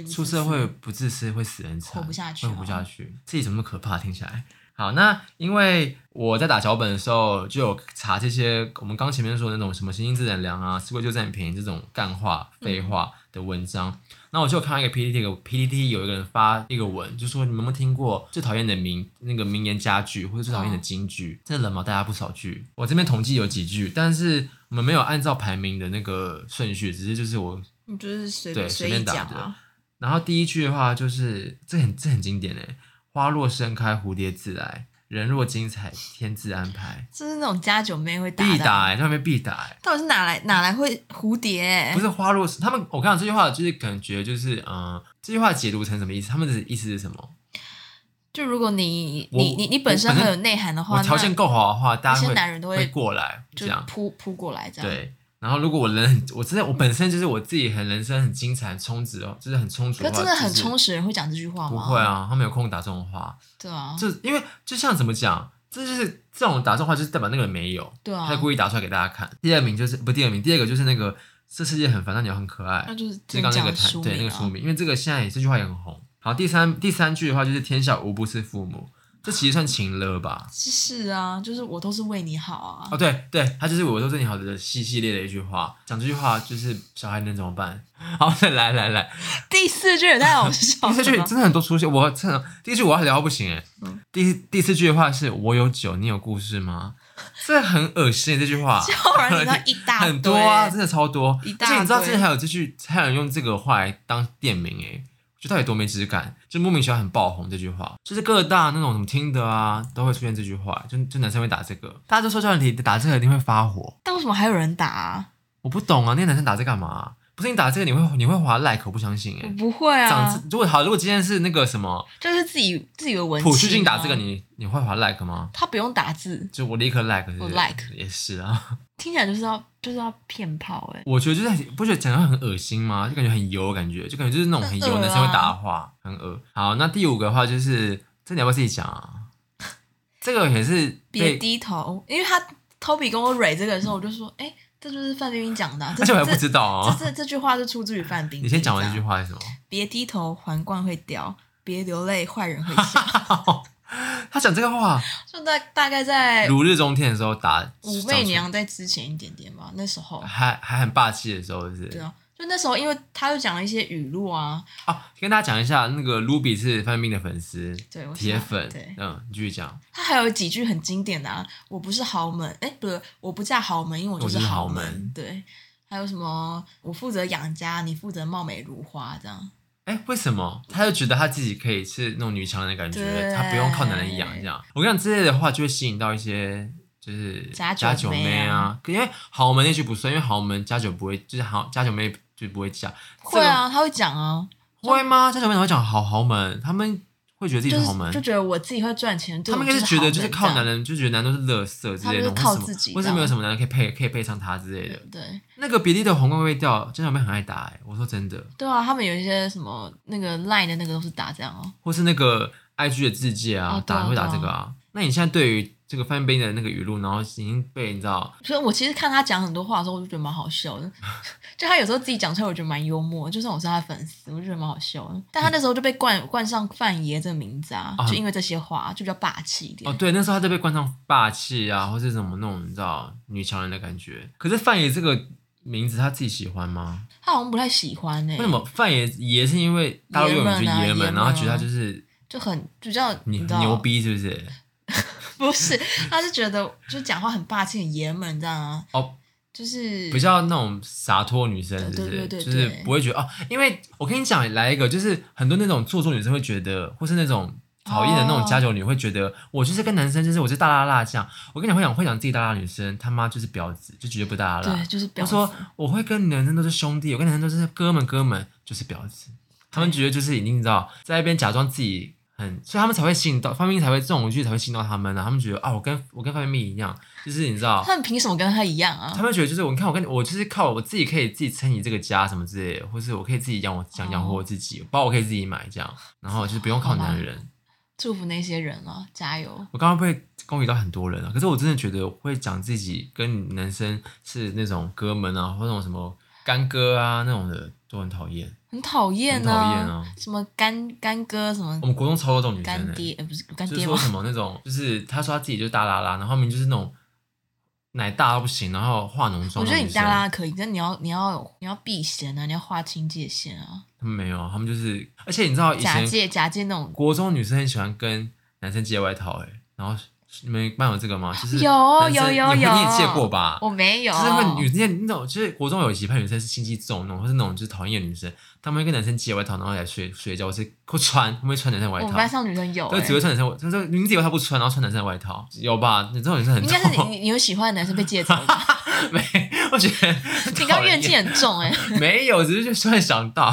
Speaker 2: 得
Speaker 1: 出社会不自私会死人惨，
Speaker 2: 活不下去
Speaker 1: 会
Speaker 2: 啊
Speaker 1: 活不下去。自己怎么那么可怕？听起来。好，那因为我在打脚本的时候就有查这些我们刚前面说的那种什么“行星自然凉”啊，“吃亏就占便宜”这种干话、废
Speaker 2: 嗯
Speaker 1: 话的文章。那我就有看到一个 PPT，有 PPT 有一个人发一个文，就说你们有没有听过最讨厌的名那个名言佳句，或者最讨厌
Speaker 2: 哦
Speaker 1: 的金句？真的冷毛大家不少句，我这边统计有几句，但是我们没有按照排名的那个顺序，只是就是我
Speaker 2: 你就是随
Speaker 1: 对随
Speaker 2: 随
Speaker 1: 便
Speaker 2: 意
Speaker 1: 打
Speaker 2: 讲
Speaker 1: 的
Speaker 2: 啊，
Speaker 1: 然后第一句的话就是这很这很经典诶，花若盛开，蝴蝶自来；人若精彩，天自安 排。
Speaker 2: 这是那种家酒妹会打
Speaker 1: 必
Speaker 2: 的啊。
Speaker 1: 打诶，他们必打诶，
Speaker 2: 到底是哪来哪来会蝴蝶欸、
Speaker 1: 不是花若盛他们我看到这句话就是感觉就是嗯、呃这句话解读成什么意思？他们的意思是什么？
Speaker 2: 就如果你
Speaker 1: 我
Speaker 2: 你你你
Speaker 1: 我
Speaker 2: 本身
Speaker 1: 本
Speaker 2: 很
Speaker 1: 身
Speaker 2: 有内涵的话，
Speaker 1: 我条件
Speaker 2: 那
Speaker 1: 够好的话，大
Speaker 2: 一
Speaker 1: 家
Speaker 2: 些
Speaker 1: 会
Speaker 2: 男人都会
Speaker 1: 会过来这
Speaker 2: 就
Speaker 1: 样。
Speaker 2: 扑扑过来这样。，
Speaker 1: 对，然后如果我人很，我真的我本身就是我自己很人生很精彩、很充足哦，就是很充足
Speaker 2: 可
Speaker 1: 的
Speaker 2: 是
Speaker 1: 话，
Speaker 2: 真的很
Speaker 1: 就是
Speaker 2: 充实哦的人会讲这句话
Speaker 1: 不
Speaker 2: 吗？
Speaker 1: 会，啊，他们有空打这种话。
Speaker 2: 对啊，
Speaker 1: 这因为就像怎么讲，这就是这种打中话，就是代表那个人没有，
Speaker 2: 对啊
Speaker 1: 他故意打出来给大家看。第二名就是不，第二名，第二个就是那个这世界很烦，但你又很可爱
Speaker 2: 那，就是
Speaker 1: 就是
Speaker 2: 真
Speaker 1: 刚刚
Speaker 2: 的
Speaker 1: 那
Speaker 2: 讲
Speaker 1: 个
Speaker 2: 的
Speaker 1: 谈
Speaker 2: 书
Speaker 1: 对那
Speaker 2: 名
Speaker 1: 个
Speaker 2: 啊
Speaker 1: 书名，因为这个现在也这句话也很红。好，第三第三句的话就是天下无不是父母，这其实算情了吧？
Speaker 2: 是啊，就是我都是为你好啊。
Speaker 1: 哦，对对，他就是我都对你好的系系列的一句话，讲这句话就是小孩能怎么办？ 好，再来来来，
Speaker 2: 第四句也太好笑
Speaker 1: 第
Speaker 2: 了
Speaker 1: 四句
Speaker 2: 吧，
Speaker 1: 真的很多出现，我真的第一句我要聊到不行哎、
Speaker 2: 嗯
Speaker 1: 第第四句的话是我有酒，你有故事 吗？这很恶心这句话，
Speaker 2: 叫人你到一大堆
Speaker 1: 很多啊，真的超多。
Speaker 2: 一
Speaker 1: 而
Speaker 2: 大堆
Speaker 1: 且你知道之前还有这句，还有人用这个话来当店名哎、就到底多没质感，就莫名其妙很爆红这句话，就是各大那种什么听的啊，都会出现这句话，就就男生会打这个，大家都说叫你打这个一定会发火，
Speaker 2: 但为什么还有人打、啊？
Speaker 1: 我不懂啊，那些男生打这干嘛啊、不是你打这个你会你会滑 like，我不相信哎、
Speaker 2: 我不会
Speaker 1: 长
Speaker 2: 啊，
Speaker 1: 知如果好，如果今天是那个什么
Speaker 2: 就是自己自己的文。啊
Speaker 1: 普世性打这个，，你你会滑 like 吗？
Speaker 2: 他不用打字，
Speaker 1: 就我立刻 like，是
Speaker 2: 我 like
Speaker 1: 也是啊。
Speaker 2: 听起来就是要就是要骗炮哎、
Speaker 1: 我觉得就是很不觉得讲的很恶心吗？就感觉很油，感觉就感觉就是那种很油
Speaker 2: 很恶啊
Speaker 1: 男生会打的话，很恶。好，那第五个的话就是，这你要不要自己讲啊？ 这个也是
Speaker 2: 别
Speaker 1: 被，
Speaker 2: 低头，因为他 Toby 跟我蕊这个的时候，我就说，哎、这就是范冰冰讲的、啊，这
Speaker 1: 而且我还
Speaker 2: 这
Speaker 1: 不知道
Speaker 2: 这
Speaker 1: 啊。
Speaker 2: 这这句话是出自于范冰冰。
Speaker 1: 你先讲完这句
Speaker 2: 样，
Speaker 1: 话是什么？
Speaker 2: 别低头，皇冠会掉；别流泪，坏人会 笑。
Speaker 1: 他讲这个话，
Speaker 2: 就大大概在
Speaker 1: 如日中天的时候打
Speaker 2: 哎武媚，娘在之前一点点吧，那时候
Speaker 1: 讲出，还还很霸气的时候是不
Speaker 2: 对
Speaker 1: 是
Speaker 2: 啊，就那时候，因为他又讲了一些语录啊，
Speaker 1: 啊。跟大家讲一下，那个 Ruby 是范冰冰的粉丝，
Speaker 2: 对，我
Speaker 1: 铁
Speaker 2: 想
Speaker 1: 粉
Speaker 2: 对，，
Speaker 1: 嗯，你继续讲。
Speaker 2: 他还有几句很经典的啊，我不是豪门，哎、不是，我不嫁豪门，因为我就是
Speaker 1: 我就是
Speaker 2: 豪
Speaker 1: 豪
Speaker 2: 门，
Speaker 1: 门
Speaker 2: 对。还有什么？我负责养家，你负责貌美如花，这样。
Speaker 1: 哎，为什么？他就觉得他自己可以是那种女强人的感觉，
Speaker 2: 对
Speaker 1: 他不用靠男人养这样。我跟你讲，这类的话就会吸引到一些就是
Speaker 2: 家酒妹
Speaker 1: 家
Speaker 2: 啊
Speaker 1: 酒妹啊，因为豪门那句不算，因为豪门家酒不会，就是豪家酒妹就不会嫁。这
Speaker 2: 会
Speaker 1: 个
Speaker 2: 啊，他会讲啊，
Speaker 1: 会吗？家酒妹怎么会讲豪豪门？他们会觉得自己
Speaker 2: 就是是
Speaker 1: 豪门
Speaker 2: 就，觉得我自己会赚钱，对
Speaker 1: 他们
Speaker 2: 我
Speaker 1: 应该是觉得就
Speaker 2: 就
Speaker 1: 是是
Speaker 2: 豪
Speaker 1: 靠男
Speaker 2: 门
Speaker 1: 人，就觉得男人都是乐色之类的东
Speaker 2: 他们就
Speaker 1: 西，
Speaker 2: 靠
Speaker 1: 为什么
Speaker 2: 自己
Speaker 1: 为什么
Speaker 2: 这样
Speaker 1: 没有什么男人可以配可以配上他之类的？
Speaker 2: 这样。对
Speaker 1: 那个别离的红光会掉，家酒妹很爱打。哎，我说真的，
Speaker 2: 对啊，他们有一些什么那个 line 的那个都是打这样哦。
Speaker 1: 或是那个 IG 的字界啊，
Speaker 2: 哦对啊
Speaker 1: 打会打这个
Speaker 2: 对
Speaker 1: 啊。那你现在对于这个范冰的那个语录，然后已经被你知道，
Speaker 2: 所以我其实看他讲很多话的时候，我就觉得蛮好笑的。 就他有时候自己讲出来，我觉得蛮幽默。就算我是他的粉丝，我就觉得蛮好笑的。但他那时候就被冠冠上范爷这个名字啊
Speaker 1: 啊，
Speaker 2: 就因为这些话，就比较霸气一点。
Speaker 1: 哦，对，那时候她就被冠上霸气啊，或是什么那种你知道女强人的感觉。可是范爷这个名字，他自己喜欢吗？
Speaker 2: 他好像不太喜欢欸呢、
Speaker 1: 为什么范爷爷是因为大陆用语
Speaker 2: 爷们
Speaker 1: 就
Speaker 2: 啊
Speaker 1: 爷
Speaker 2: 爷们
Speaker 1: 们，然
Speaker 2: 啊
Speaker 1: 后觉得他就是
Speaker 2: 就很就比较
Speaker 1: 你
Speaker 2: 知道
Speaker 1: 牛，逼，是不是？
Speaker 2: 不是？他是觉得就讲话很霸气、很爷们这样啊，
Speaker 1: 哦，
Speaker 2: 就是
Speaker 1: 比较那种洒脱女生，是不
Speaker 2: 对
Speaker 1: 是？
Speaker 2: 对对对
Speaker 1: 就是不会觉得哦，因为我跟你讲，来一个，就是很多那种做作女生会觉得，或是那种讨厌的那种家酒女，会觉得我就是跟男生就是我是大拉拉这样。我跟你讲，会讲会讲自己大拉拉女生，他妈就是婊子，就绝对不大拉拉。
Speaker 2: 对，就是
Speaker 1: 他
Speaker 2: 表
Speaker 1: 说我会跟男生都是兄弟，我跟男生都是哥们，哥们就是婊子。他们觉得就是已经知道在那边假装自己很，所以他们才会吸引到范冰冰，才会这种剧才会吸引到他们啊。他们觉得啊，我跟我跟范冰冰一样，就是你知道，
Speaker 2: 他们凭什么跟他一样啊
Speaker 1: 他？们觉得就是我你看我跟你我就是靠我自己可以自己撑起这个家什么之类的，或是我可以自己养我想养活我自己，包我可以自己买这样，然后就是不用靠男人。
Speaker 2: 祝福那些人啊，加油！
Speaker 1: 我刚刚被攻击到很多人了，可是我真的觉得会讲自己跟男生是那种哥们啊，或那种什么干哥啊那种的都很讨厌。
Speaker 2: 很讨厌
Speaker 1: 很讨厌啊
Speaker 2: 什么干干哥，什么
Speaker 1: 我们国中超多这种女生
Speaker 2: 干
Speaker 1: 的、
Speaker 2: 爹，呃，不是干
Speaker 1: 就是
Speaker 2: 爹
Speaker 1: 说
Speaker 2: 吗？
Speaker 1: 什么那种，就是她说她自己就是大拉拉，然后他们就是那种奶大到不行，然后化浓妆。
Speaker 2: 我觉得你大拉，可以，但你要你要你要避嫌啊，你要划清界限啊，
Speaker 1: 他们没有，他们就是，而且你知道以
Speaker 2: 假
Speaker 1: 前
Speaker 2: 借假借那种。
Speaker 1: 国中女生很喜欢跟男生借外套、欸，哎，然后你们班有这个吗？就是
Speaker 2: 啊有
Speaker 1: 男生
Speaker 2: 有有
Speaker 1: 你
Speaker 2: 有
Speaker 1: 你也借过吧？
Speaker 2: 我没有，
Speaker 1: 啊就是会女那那种，就是国中有几派女生是心机重那种，或是那种就是讨厌的女生，她们会跟男生借外套，然后来睡睡觉，或是会穿，她们会穿男生的外
Speaker 2: 我
Speaker 1: 套
Speaker 2: 们，班上女生有、
Speaker 1: 就只会
Speaker 2: 欸，
Speaker 1: 穿男生外，就是你自己外套不穿，然后穿男生的外套，有吧？你这种女生很
Speaker 2: 应
Speaker 1: 重
Speaker 2: 该是你你你有喜欢的男生被借走吧，
Speaker 1: 没，我觉得很
Speaker 2: 你
Speaker 1: 讨
Speaker 2: 刚
Speaker 1: 厌
Speaker 2: 怨气很重哎、
Speaker 1: 没有，只是就突然想到。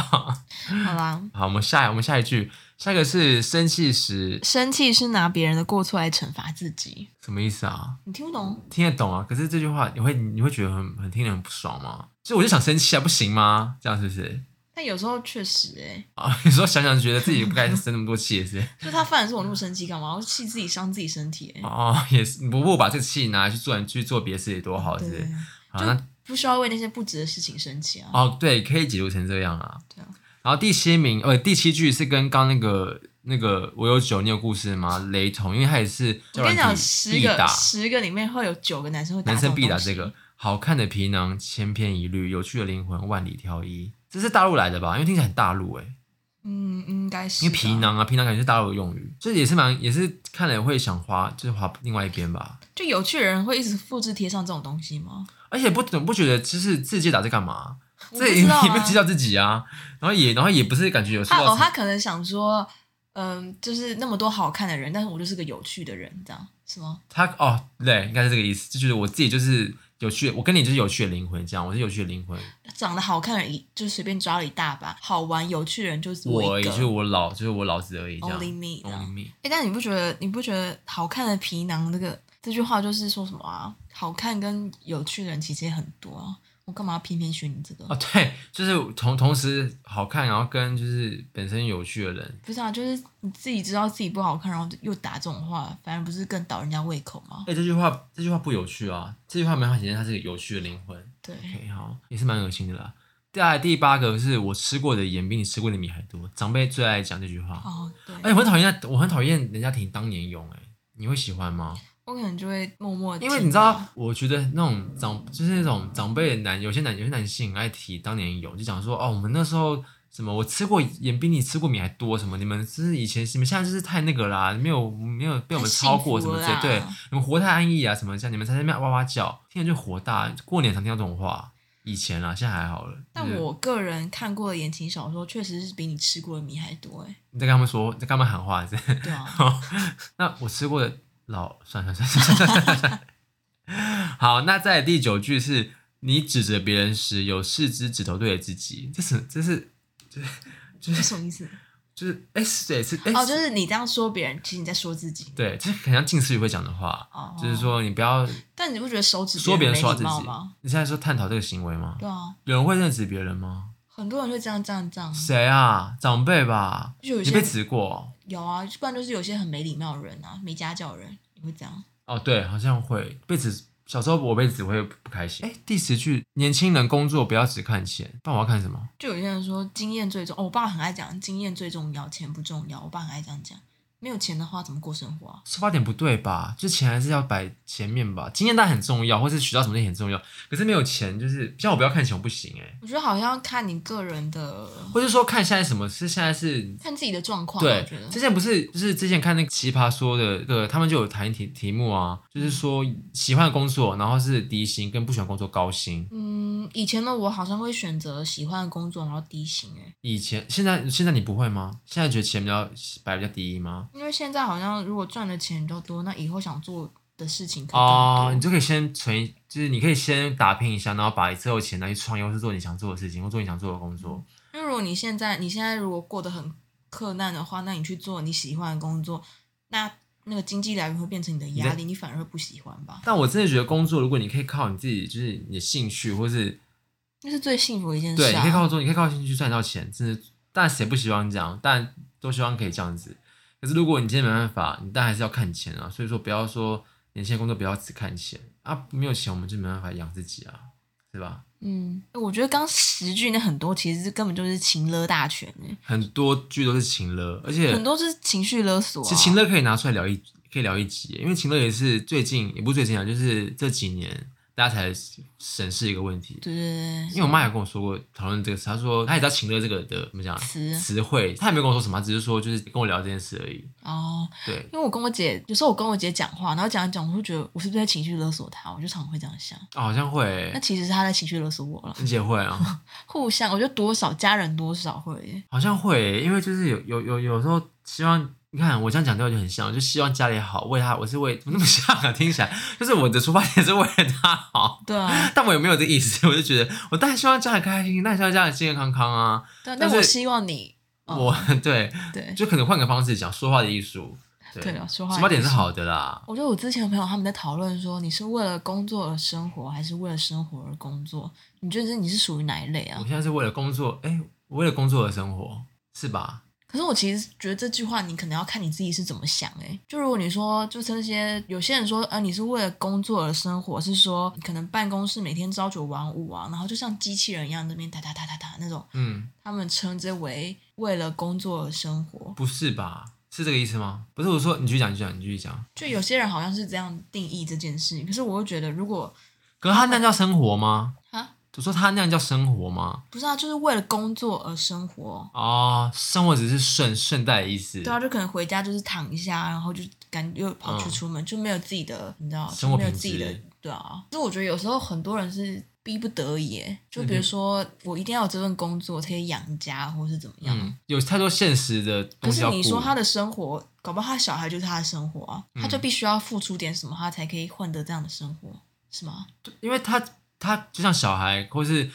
Speaker 2: 好啦，
Speaker 1: 好，我们下我们下一句，下一个是生气时，
Speaker 2: 生气是拿别人的过错来惩罚自己，
Speaker 1: 什么意思啊？
Speaker 2: 你听不懂？
Speaker 1: 听得懂啊，可是这句话你会你会觉得很很听得很不爽吗？就我就想生气啊，不行吗？这样是不是？
Speaker 2: 但有时候确实哎、
Speaker 1: 啊， 你说想想觉得自己不该生那么多气也是
Speaker 2: 就他犯的是我那么生气干嘛？我气自己伤自己身体、欸，
Speaker 1: 哦，也是不过我把这个气拿去做去做别的事也多哦好，是不
Speaker 2: 对
Speaker 1: 是？，好，
Speaker 2: 就
Speaker 1: 那
Speaker 2: 不需要为那些不值的事情生气啊。
Speaker 1: 哦对，可以解读成这样啊。
Speaker 2: 对啊
Speaker 1: 然后第七名，呃，第七句是跟刚那个那个我有酒，你有故事吗？雷同，因为它也是
Speaker 2: 我
Speaker 1: 叫人
Speaker 2: 跟你讲，十
Speaker 1: 必
Speaker 2: 个
Speaker 1: 打，
Speaker 2: 十个里面会有九个男生会打
Speaker 1: 男
Speaker 2: 这
Speaker 1: 生
Speaker 2: 种
Speaker 1: 必打
Speaker 2: 东西
Speaker 1: 这个。好看的皮囊千篇一律，有趣的灵魂万里挑一。这是大陆来的吧？因为听起来很大陆哎、
Speaker 2: 嗯，应该是
Speaker 1: 因为
Speaker 2: 吧
Speaker 1: 皮，囊啊，皮囊感觉是大陆的用语，就是也是蛮也是看了会想滑，就是滑另外一边吧。
Speaker 2: 就有趣的人会一直复制贴上这种东西吗？
Speaker 1: 而且不懂不觉得就是字界打在干嘛？
Speaker 2: 我
Speaker 1: 这
Speaker 2: 不
Speaker 1: 也
Speaker 2: 知道
Speaker 1: 也没
Speaker 2: 啊
Speaker 1: 有。激到自己啊，然后也然后也不是感觉有受
Speaker 2: 他
Speaker 1: 到
Speaker 2: 哦，他可能想说，嗯，就是那么多好看的人，但是我就是个有趣的人，这样是吗？
Speaker 1: 他哦对，应该是这个意思，就觉得我自己就是有趣，我跟你就是有趣的灵魂这样，我是有趣的灵魂，
Speaker 2: 长得好看的人一就随便抓了一大把，好玩有趣的人就是
Speaker 1: 我
Speaker 2: 一
Speaker 1: 也
Speaker 2: 个
Speaker 1: 就是我老就是我老子而已这样。
Speaker 2: only me 这样
Speaker 1: Only。me
Speaker 2: 哎、但你不觉得你不觉得好看的皮囊这个这句话就是说什么啊？好看跟有趣的人其实也很多啊，我干嘛要偏偏选你这个？
Speaker 1: 哦，对，就是同同时好看，然后跟就是本身有趣的人，
Speaker 2: 不是啊，就是你自己知道自己不好看，然后又打这种话，反而不是更倒人家胃口吗？
Speaker 1: 哎、这句话这句话不有趣啊，这句话没法显现它是个有趣的灵魂。
Speaker 2: 对，
Speaker 1: OK，好，也是蛮恶心的啦。再来第八个是我吃过的盐比你吃过的米还多，长辈最爱讲这句话。
Speaker 2: 哦，对，
Speaker 1: 哎、我很讨厌那，我很讨厌人家提当年勇、哎，你会喜欢吗？
Speaker 2: 我可能就会默默地
Speaker 1: 因为
Speaker 2: 听啊
Speaker 1: 你知道
Speaker 2: 吧，，
Speaker 1: 我觉得那种长就是那种长辈的男，有些男有些男性很爱提当年勇，就讲说哦，我们那时候什么我吃过盐比你吃过米还多，什么你们就是以前你们现在就是太那个啦，没有没有被我们
Speaker 2: 太
Speaker 1: 超过什
Speaker 2: 幸
Speaker 1: 么
Speaker 2: 福
Speaker 1: 之
Speaker 2: 了
Speaker 1: 类，
Speaker 2: 啦
Speaker 1: 对，你们活太安逸啊什么这样，你们才在那边哇哇叫，听着就火大。过年常听到这种话，以前啦，现在还好了。
Speaker 2: 但
Speaker 1: 就是
Speaker 2: 我个人看过的言情小说，确实是比你吃过的米还多 哎、
Speaker 1: 你在跟他们说，在跟他们喊话是不是
Speaker 2: 对啊，
Speaker 1: 那我吃过的老，算算算算算算算算。好，那在第九句是你指着别人时，有四只指头对着自己，这是这是
Speaker 2: 这是什么意思？
Speaker 1: 就是哎是对是哎
Speaker 2: 哦，就是你这样说别人，其实你在说自己。
Speaker 1: 对，这很像近似语会讲的话，
Speaker 2: 哦，
Speaker 1: 就是，说你不要
Speaker 2: 但你不觉得手指
Speaker 1: 说别人
Speaker 2: 没
Speaker 1: 说到
Speaker 2: 礼
Speaker 1: 自
Speaker 2: 貌
Speaker 1: 己
Speaker 2: 吗？。
Speaker 1: 你现在说探讨这个行为吗？
Speaker 2: 对啊，
Speaker 1: 有人会认识别人吗？
Speaker 2: 很多人会这样这样这样，
Speaker 1: 谁啊？长辈吧？
Speaker 2: 就有
Speaker 1: 你被
Speaker 2: 些
Speaker 1: 指过？
Speaker 2: 有啊，不然就是有些很没礼貌的人啊，没家教的人也会这样。
Speaker 1: 哦，对，好像会被指。小时候我被指会不开心。哎，第十句，年轻人工作不要只看钱，不然我要看什么？
Speaker 2: 就有些人说经验最重，哦，我爸很爱讲经验最重要，钱不重要。我爸很爱这样讲，没有钱的话怎么过生活啊？
Speaker 1: 出发点不对吧？就钱还是要摆前面吧。经验当然很重要，或是学到什么东西很重要，可是没有钱就是像我不要看钱我不行哎、
Speaker 2: 我觉得好像要看你个人的，
Speaker 1: 或者说看现在什么是现在是。
Speaker 2: 看自己的状况啊。
Speaker 1: 对
Speaker 2: 我觉得，
Speaker 1: 之前不是就是之前看那个奇葩说的那个，他们就有谈题题目啊，就是说喜欢的工作，然后是低薪跟不喜欢工作高薪，
Speaker 2: 嗯，嗯，以前的我好像会选择喜欢的工作，然后低薪哎，
Speaker 1: 以前现在现在你不会吗？现在觉得钱比较摆比较低吗？
Speaker 2: 因为现在好像如果赚的钱比较多，那以后想做的事情可以更多。
Speaker 1: 哦，你就可以先存，就是你可以先打拼一下，然后把之后的钱拿去创业，或是做你想做的事情，或做你想做的工作。
Speaker 2: 因为如果你现在你现在如果过得很困难的话，那你去做你喜欢的工作，那那个经济来源会变成你的压力，你反而会不喜欢吧？
Speaker 1: 但我真的觉得工作，如果你可以靠你自己，就是你的兴趣，或是
Speaker 2: 那是最幸福的一件
Speaker 1: 对，
Speaker 2: 事
Speaker 1: 你可以
Speaker 2: 啊！
Speaker 1: 靠做，你可以靠兴趣赚到钱，真的。但谁不希望这样？但都希望可以这样子。可是如果你今天没办法，你但还是要看钱啊。所以说，不要说年轻人工作不要只看钱啊，没有钱我们就没办法养自己啊，是吧？
Speaker 2: 嗯，我觉得刚十句那很多其实是根本就是情勒大全欸，
Speaker 1: 很多剧都是情勒，而且
Speaker 2: 很多是情绪勒索、啊。
Speaker 1: 其实情乐可以拿出来聊一，可以聊一集耶，因为情乐也是最近，也不是最近啊，就是这几年大家才审视一个问题。
Speaker 2: 对对
Speaker 1: 因为我妈也跟我说过讨论这个事，她说她也知道情乐这个的怎么讲
Speaker 2: 词
Speaker 1: 词汇，她也没有跟我说什么，她只是说就是跟我聊这件事而已。
Speaker 2: 对，哦，
Speaker 1: 对，
Speaker 2: 因为我跟我姐有时候我跟我姐讲话，然后讲一讲，我会觉得我是不是在情绪勒索她，我就常会这样想。
Speaker 1: 哦、好像会耶
Speaker 2: 那，其实是她在情绪勒索我了，
Speaker 1: 你姐会啊，
Speaker 2: 互相，我觉得多少家人多少会欸，
Speaker 1: 好像会耶，因为就是有有有有时候希望。你看我这样讲对我就很像，就希望家里好，为她，我是为怎么那么像啊？听起来就是我的出发点是为了她好，
Speaker 2: 对啊，
Speaker 1: 但我也没有这个意思，我就觉得我当然希望家里开开心心，当然希望家里健健康康啊。
Speaker 2: 对啊，
Speaker 1: 但
Speaker 2: 但
Speaker 1: 是
Speaker 2: 我希望你，嗯
Speaker 1: 我 对，
Speaker 2: 对，
Speaker 1: 就可能换个方式讲说话的艺术。对
Speaker 2: 对啊说话的
Speaker 1: 出发点是
Speaker 2: 艺术
Speaker 1: 好的啦。
Speaker 2: 我觉得我之前的朋友他们在讨论说，你是为了工作而生活，还是为了生活而工作？你觉得你是属于哪一类啊
Speaker 1: 我？现在是为了工作，哎，我为了工作而生活，是吧？
Speaker 2: 可是我其实觉得这句话，你可能要看你自己是怎么想、欸。就如果你说，就是那些有些人说，啊，你是为了工作而生活，是说可能办公室每天朝九晚五啊，然后就像机器人一样那边哒哒哒哒哒那种，
Speaker 1: 嗯，
Speaker 2: 他们称之为为了工作而生活。
Speaker 1: 不是吧？是这个意思吗？不是，我说你继续讲，你继续讲，你继续讲。
Speaker 2: 就有些人好像是这样定义这件事，可是我又觉得，如果
Speaker 1: 可是他那样叫生活吗？
Speaker 2: 啊，
Speaker 1: 我说他那样叫生活吗？
Speaker 2: 不是啊，就是为了工作而生活，
Speaker 1: 哦，生活只是顺顺带的意思。
Speaker 2: 对啊，就可能回家就是躺一下，然后就感觉又跑去
Speaker 1: 嗯
Speaker 2: 出门，就没有自己的，你知道，
Speaker 1: 生
Speaker 2: 就
Speaker 1: 活
Speaker 2: 没有
Speaker 1: 品
Speaker 2: 自己的
Speaker 1: 质，
Speaker 2: 对啊。可是我觉得有时候很多人是逼不得已耶，就比如
Speaker 1: 嗯
Speaker 2: 说我一定要有这份工作才可以养家，或是怎么样。
Speaker 1: 嗯，有太多现实的东
Speaker 2: 可
Speaker 1: 西
Speaker 2: 是
Speaker 1: 要顾。
Speaker 2: 你说他的生活，搞不好他小孩就是他的生活啊，他就必须要付出点什么，他才可以换得这样的生活，是吗？
Speaker 1: 因为他他就像小孩或是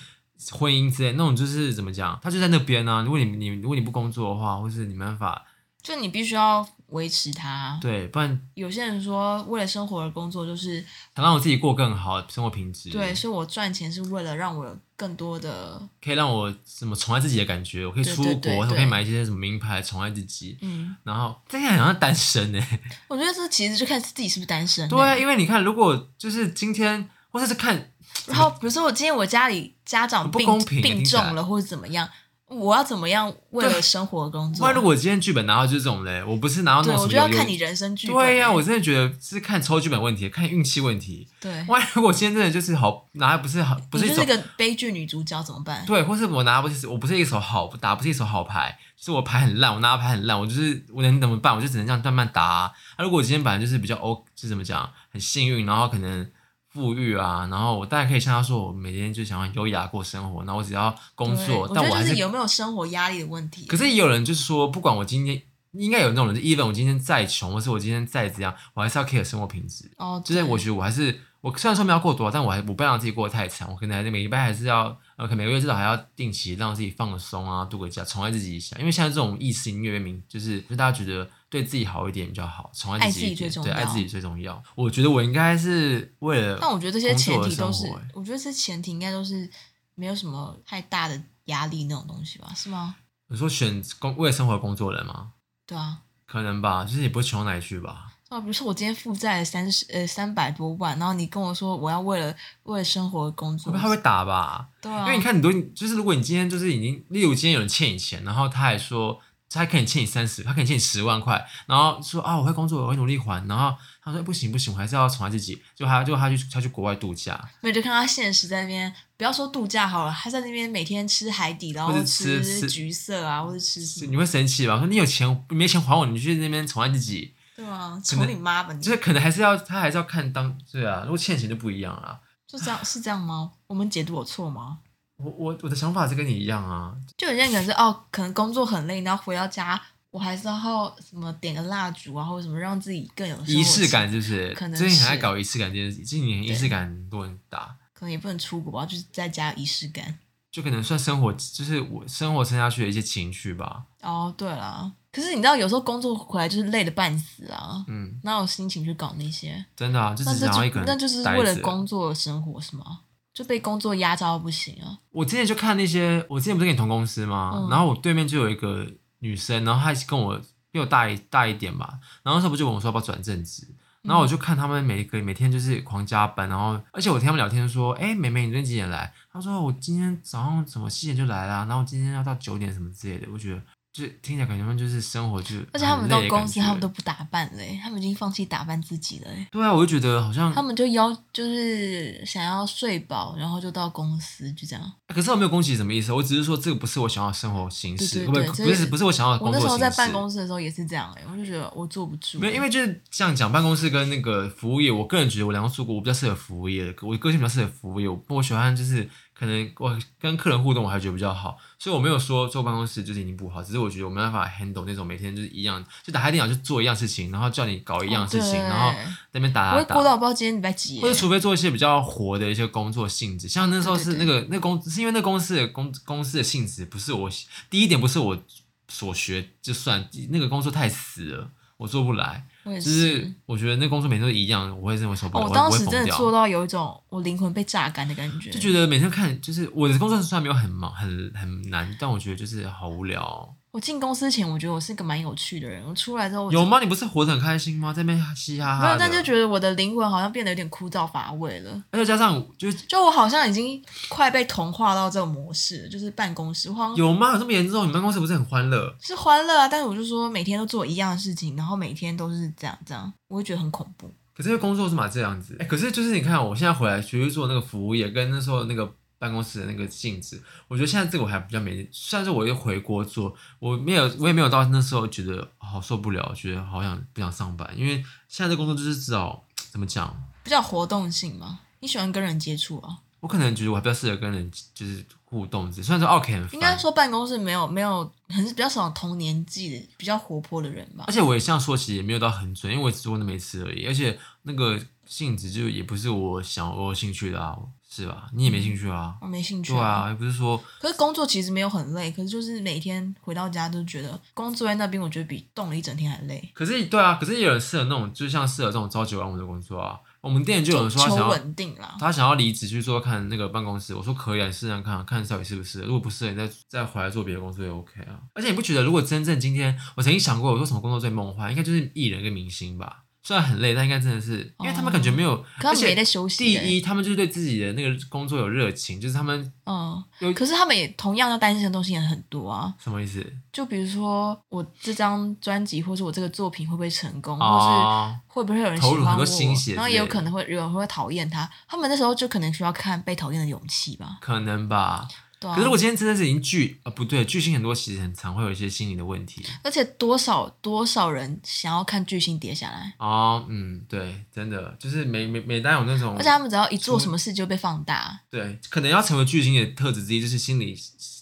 Speaker 1: 婚姻之类那种，就是怎么讲，他就在那边啊。如果你你如果你不工作的话，或是你没办法，
Speaker 2: 就你必须要维持他。
Speaker 1: 对，不然
Speaker 2: 有些人说为了生活而工作，就是
Speaker 1: 想让我自己过更好生活品质，
Speaker 2: 对，，所以我赚钱是为了让我有更多的，
Speaker 1: 可以让我什么宠爱自己的感觉，我可以
Speaker 2: 对
Speaker 1: 出
Speaker 2: 对
Speaker 1: 国，
Speaker 2: 对
Speaker 1: 我可以
Speaker 2: 对
Speaker 1: 买一些什么名牌宠爱自己。
Speaker 2: 嗯，
Speaker 1: 然后这个好像单身 呢、
Speaker 2: 我觉得这其实就看自己是不是单身、
Speaker 1: 对啊，，因为你看，如果就是今天或者是看
Speaker 2: 然后比如说我今天我家里家长
Speaker 1: 很不
Speaker 2: 病
Speaker 1: 公平听
Speaker 2: 病
Speaker 1: 起来
Speaker 2: 重了或者怎么样，我要怎么样为
Speaker 1: 对
Speaker 2: 了生活而工
Speaker 1: 不
Speaker 2: 作？
Speaker 1: 然如果今天剧本拿到就是这种嘞，我不是拿到那
Speaker 2: 对，
Speaker 1: 种啊
Speaker 2: 我
Speaker 1: 什么
Speaker 2: 就要
Speaker 1: 有
Speaker 2: 看
Speaker 1: 有
Speaker 2: 你人生剧本。啊
Speaker 1: 对啊呀、我真的觉得是看抽剧本问题，看运气问题。
Speaker 2: 对，
Speaker 1: 万一我今天真的就是好拿的不是好，不
Speaker 2: 你
Speaker 1: 是一手
Speaker 2: 就是个悲剧女主角怎么办？
Speaker 1: 对，或是我拿不是我不是一手好打不是一手好牌，就是我牌很烂，我拿的牌很烂，我就是我能怎么办？我就只能这样慢慢打啊。啊如果我今天本来就是比较 O，就是怎么讲，很幸运，然后可能富裕啊，然后我大概可以像他说，我每天就想要优雅过生活，那我只要工
Speaker 2: 对
Speaker 1: 作
Speaker 2: 我，觉
Speaker 1: 但
Speaker 2: 得
Speaker 1: 我还
Speaker 2: 就是是有没有生活压力的问题。啊
Speaker 1: 可是也有人就是说，不管我今天应该有那种人，就 even 我今天再穷，或是我今天再怎样，我还是要 care 生活品质。
Speaker 2: 哦，
Speaker 1: 就是
Speaker 2: 对
Speaker 1: 我觉得我还是我虽然说没有过多，但我还我不要让自己过得太惨，我可能还是每礼拜还是要呃，可能每个月至少还要定期让自己放松啊，度个假，宠爱自己一下。因为现在这种意识已经越来越明，就是就是大家觉得对自己好一点比较好，宠爱己一
Speaker 2: 爱自己最
Speaker 1: 点，
Speaker 2: 重
Speaker 1: 对，爱
Speaker 2: 要
Speaker 1: 自己最重要。我觉得我应该是为了，
Speaker 2: 但我觉得这些前提都是
Speaker 1: 工作而生活欸，
Speaker 2: 我觉得这前提应该都是没有什么太大的压力那种东西吧？是吗？
Speaker 1: 你说选工为了生活而工作的人吗？
Speaker 2: 对啊。
Speaker 1: 可能吧，就是也不会穷到哪里去吧。
Speaker 2: 啊，比如说我今天负债三十呃三百多万，然后你跟我说我要为了为了生活而工
Speaker 1: 会
Speaker 2: 作
Speaker 1: 不，会他会打吧？
Speaker 2: 对啊，
Speaker 1: 因为你看很多，就是如果你今天就是已经，例如今天有人欠你钱，然后他还说他可以欠你三十，他可以欠你十万块，然后说啊我会工作，我会努力还，然后他说不行不行，我还是要宠爱自己，就他就他去他去国外度假，
Speaker 2: 没有就看他现实在那边，不要说度假好了，他在那边每天吃海底捞，
Speaker 1: 或者吃
Speaker 2: 吃
Speaker 1: 吃
Speaker 2: 橘色啊，或者吃什
Speaker 1: 你
Speaker 2: 么，
Speaker 1: 会生气吧？说你有钱你没钱还我，你去那边宠爱自己，
Speaker 2: 对啊，宠你妈吧你！
Speaker 1: 就是可能还是要他还是要看当对啊，如果欠钱就不一样啊。
Speaker 2: 就是这样是这样吗？我们解读有错吗？
Speaker 1: 我我我的想法是跟你一样啊，
Speaker 2: 就有些人可能是哦，可能工作很累，然后回到家，我还是要什么点个蜡烛啊，或者什么让自己更有生活
Speaker 1: 仪式感是不是？
Speaker 2: 可能
Speaker 1: 最近很爱
Speaker 2: 是
Speaker 1: 搞仪式感这件事，今年仪
Speaker 2: 对
Speaker 1: 式感很多很大，
Speaker 2: 气，可能也不能出国吧，就是在家有仪式感。
Speaker 1: 就可能算生活，就是我生活撑下去的一些情绪吧。
Speaker 2: 哦，对了，可是你知道，有时候工作回来就是累得半死啊，
Speaker 1: 嗯，
Speaker 2: 哪有心情去搞那些？
Speaker 1: 真的啊，就
Speaker 2: 那
Speaker 1: 只
Speaker 2: 这
Speaker 1: 想要一个
Speaker 2: 就
Speaker 1: 人
Speaker 2: 那就是
Speaker 1: 呆
Speaker 2: 为了
Speaker 1: 着啊
Speaker 2: 工作而生活是吗？就被工作压榨到不行啊！
Speaker 1: 我之前就看那些，我之前不是跟你同公司吗？
Speaker 2: 嗯
Speaker 1: 然后我对面就有一个女生，然后她跟我比我大一大一点吧，然后那时候不就问我说要不要转正职，
Speaker 2: 嗯
Speaker 1: 然后我就看他们每个每天就是狂加班，然后而且我听他们聊天说，哎、妹妹你最近几点来？她说哦我今天早上什么七点就来啦，然后今天要到九点什么之类的，我觉得就是听起来感觉他们就是生活就是
Speaker 2: 而且他们
Speaker 1: 很
Speaker 2: 到
Speaker 1: 累的
Speaker 2: 公
Speaker 1: 感
Speaker 2: 司，
Speaker 1: 觉
Speaker 2: 他们都不打扮嘞、他们已经放弃打扮自己了、欸。
Speaker 1: 对啊，我就觉得好像
Speaker 2: 他，们就要就是想要睡饱，然后就到公司就这样。
Speaker 1: 啊可是我没有攻击什么意思，我只是说这个不是我想要的生活形式，
Speaker 2: 对对
Speaker 1: 不
Speaker 2: 对
Speaker 1: 不
Speaker 2: 这
Speaker 1: 不
Speaker 2: 是
Speaker 1: 是不是我想要的
Speaker 2: 我
Speaker 1: 啊工
Speaker 2: 那
Speaker 1: 作
Speaker 2: 时
Speaker 1: 形式。
Speaker 2: 候在办公室的时候也是这样、欸，我就觉得我坐不住。欸
Speaker 1: 没有，因为就是这样讲，办公室跟那个服务业，我个人觉得我两个出国，我比较适合服务业，我个性比较适合服务业，我我喜欢就是可能我跟客人互动，我还觉得比较好，所以我没有说坐办公室就是已经不好，只是我觉得我没办法 handle 那种每天就是一样，就打开电脑就做一样事情，然后叫你搞一样事情，
Speaker 2: 哦对
Speaker 1: 然后在那边
Speaker 2: 我
Speaker 1: 打
Speaker 2: 会
Speaker 1: 打
Speaker 2: 过
Speaker 1: 打。
Speaker 2: 到不知道今天礼拜几、
Speaker 1: 或者，
Speaker 2: 欸。
Speaker 1: 除非做一些比较活的一些工作性质，像那时候是那
Speaker 2: 对对
Speaker 1: 个那公，是因为那公司的公公司的性质不是我第一点不是我所学就算，那个工作太死了，我做不来。
Speaker 2: 我也
Speaker 1: 就是。我觉得那工作每天都一样，我会认为受不
Speaker 2: 哦
Speaker 1: 了，
Speaker 2: 我
Speaker 1: 会
Speaker 2: 当
Speaker 1: 我会
Speaker 2: 时
Speaker 1: 疯
Speaker 2: 真的
Speaker 1: 掉
Speaker 2: 做到有一种我灵魂被榨干的感觉，
Speaker 1: 就觉得每天看就是我的工作虽然没有很忙很很难，但我觉得就是好无聊哦、
Speaker 2: 我进公司前，我觉得我是个蛮有趣的人，我出来之后我
Speaker 1: 有吗？你不是活得很开心吗？在那边嘻嘻哈哈
Speaker 2: 没
Speaker 1: 的，
Speaker 2: 有，但就觉得我的灵魂好像变得有点枯燥乏味了。
Speaker 1: 而且加上就是
Speaker 2: 就我好像已经快被同化到这种模式了，就是办公室，我好像
Speaker 1: 有吗？有这么严重？你们办公室不是很欢乐？
Speaker 2: 是欢乐啊，但是我就说每天都做一样的事情，然后每天都是这样这样，我会觉得很恐怖。
Speaker 1: 可是因为工作是嘛这样子、哎，可是就是你看我现在回来学去做那个服务业，跟那时候那个办公室的那个性质，我觉得现在这个我还比较没，虽然说我又回国做，我没有我也没有到那时候觉得好受不了，觉得好想不想上班，因为现在的工作就是至少怎么讲，
Speaker 2: 比较有活动性嘛，你喜欢跟人接触啊？
Speaker 1: 我可能觉得我还比较适合跟人就是互动之类，虽然说奥 K 很烦
Speaker 2: 应该说办公室没有没有很比较少同年纪的比较活泼的人吧
Speaker 1: 而。且我也这样说，其实也没有到很准，因为我只做那么一次而已，而且那个性质就也不是我想我有兴趣的啊，是吧？你也没兴趣啊，
Speaker 2: 我没兴趣、
Speaker 1: 对啊，。又不是说
Speaker 2: 可是工作其实没有很累，可是就是每天回到家都觉得工作在那边，我觉得比动了一整天还累。
Speaker 1: 可是对啊，可是也有人适合那种，就像适合这种朝九晚五的工作啊。我们店就有人说他
Speaker 2: 求
Speaker 1: 想要
Speaker 2: 稳定啦，
Speaker 1: 他想要离职去做看那个办公室，我说可以啊，你试试看看到底适不适合。如果不适合，你再再回来做别的工作也 OK 啊。而且你不觉得，如果真正今天我曾经想过，我说什么工作最梦幻，应该就是艺人跟明星吧。虽然很累，但应该真的是，因为他们感觉没有，
Speaker 2: 可他
Speaker 1: 而
Speaker 2: 们
Speaker 1: 且
Speaker 2: 哦没在休息
Speaker 1: 第
Speaker 2: 的欸、
Speaker 1: 一，他们就是对自己的那个工作有热情，就是他们
Speaker 2: 嗯
Speaker 1: 有，
Speaker 2: 可是他们也同样要担心的东西也很多啊。
Speaker 1: 什么意思？
Speaker 2: 就比如说我这张专辑，或是我这个作品会不会成功，或
Speaker 1: 哦
Speaker 2: 是会不会有人喜
Speaker 1: 投入很
Speaker 2: 欢
Speaker 1: 多
Speaker 2: 我
Speaker 1: 心血，
Speaker 2: 然后也有可能会有人会讨厌他。他们那时候就可能需要看被讨厌的勇气吧。
Speaker 1: 可能吧。
Speaker 2: 对啊，
Speaker 1: 可是我今天真的是已经巨啊，不对，巨星很多其实很常会有一些心理的问题。
Speaker 2: 而且多少多少人想要看巨星跌下来，
Speaker 1: 哦，嗯，对，真的就是每每每当有那种
Speaker 2: 而且，他们只要一
Speaker 1: 嗯
Speaker 2: 做什么事就被放大。
Speaker 1: 对，可能要成为巨星的特质之一，就是心理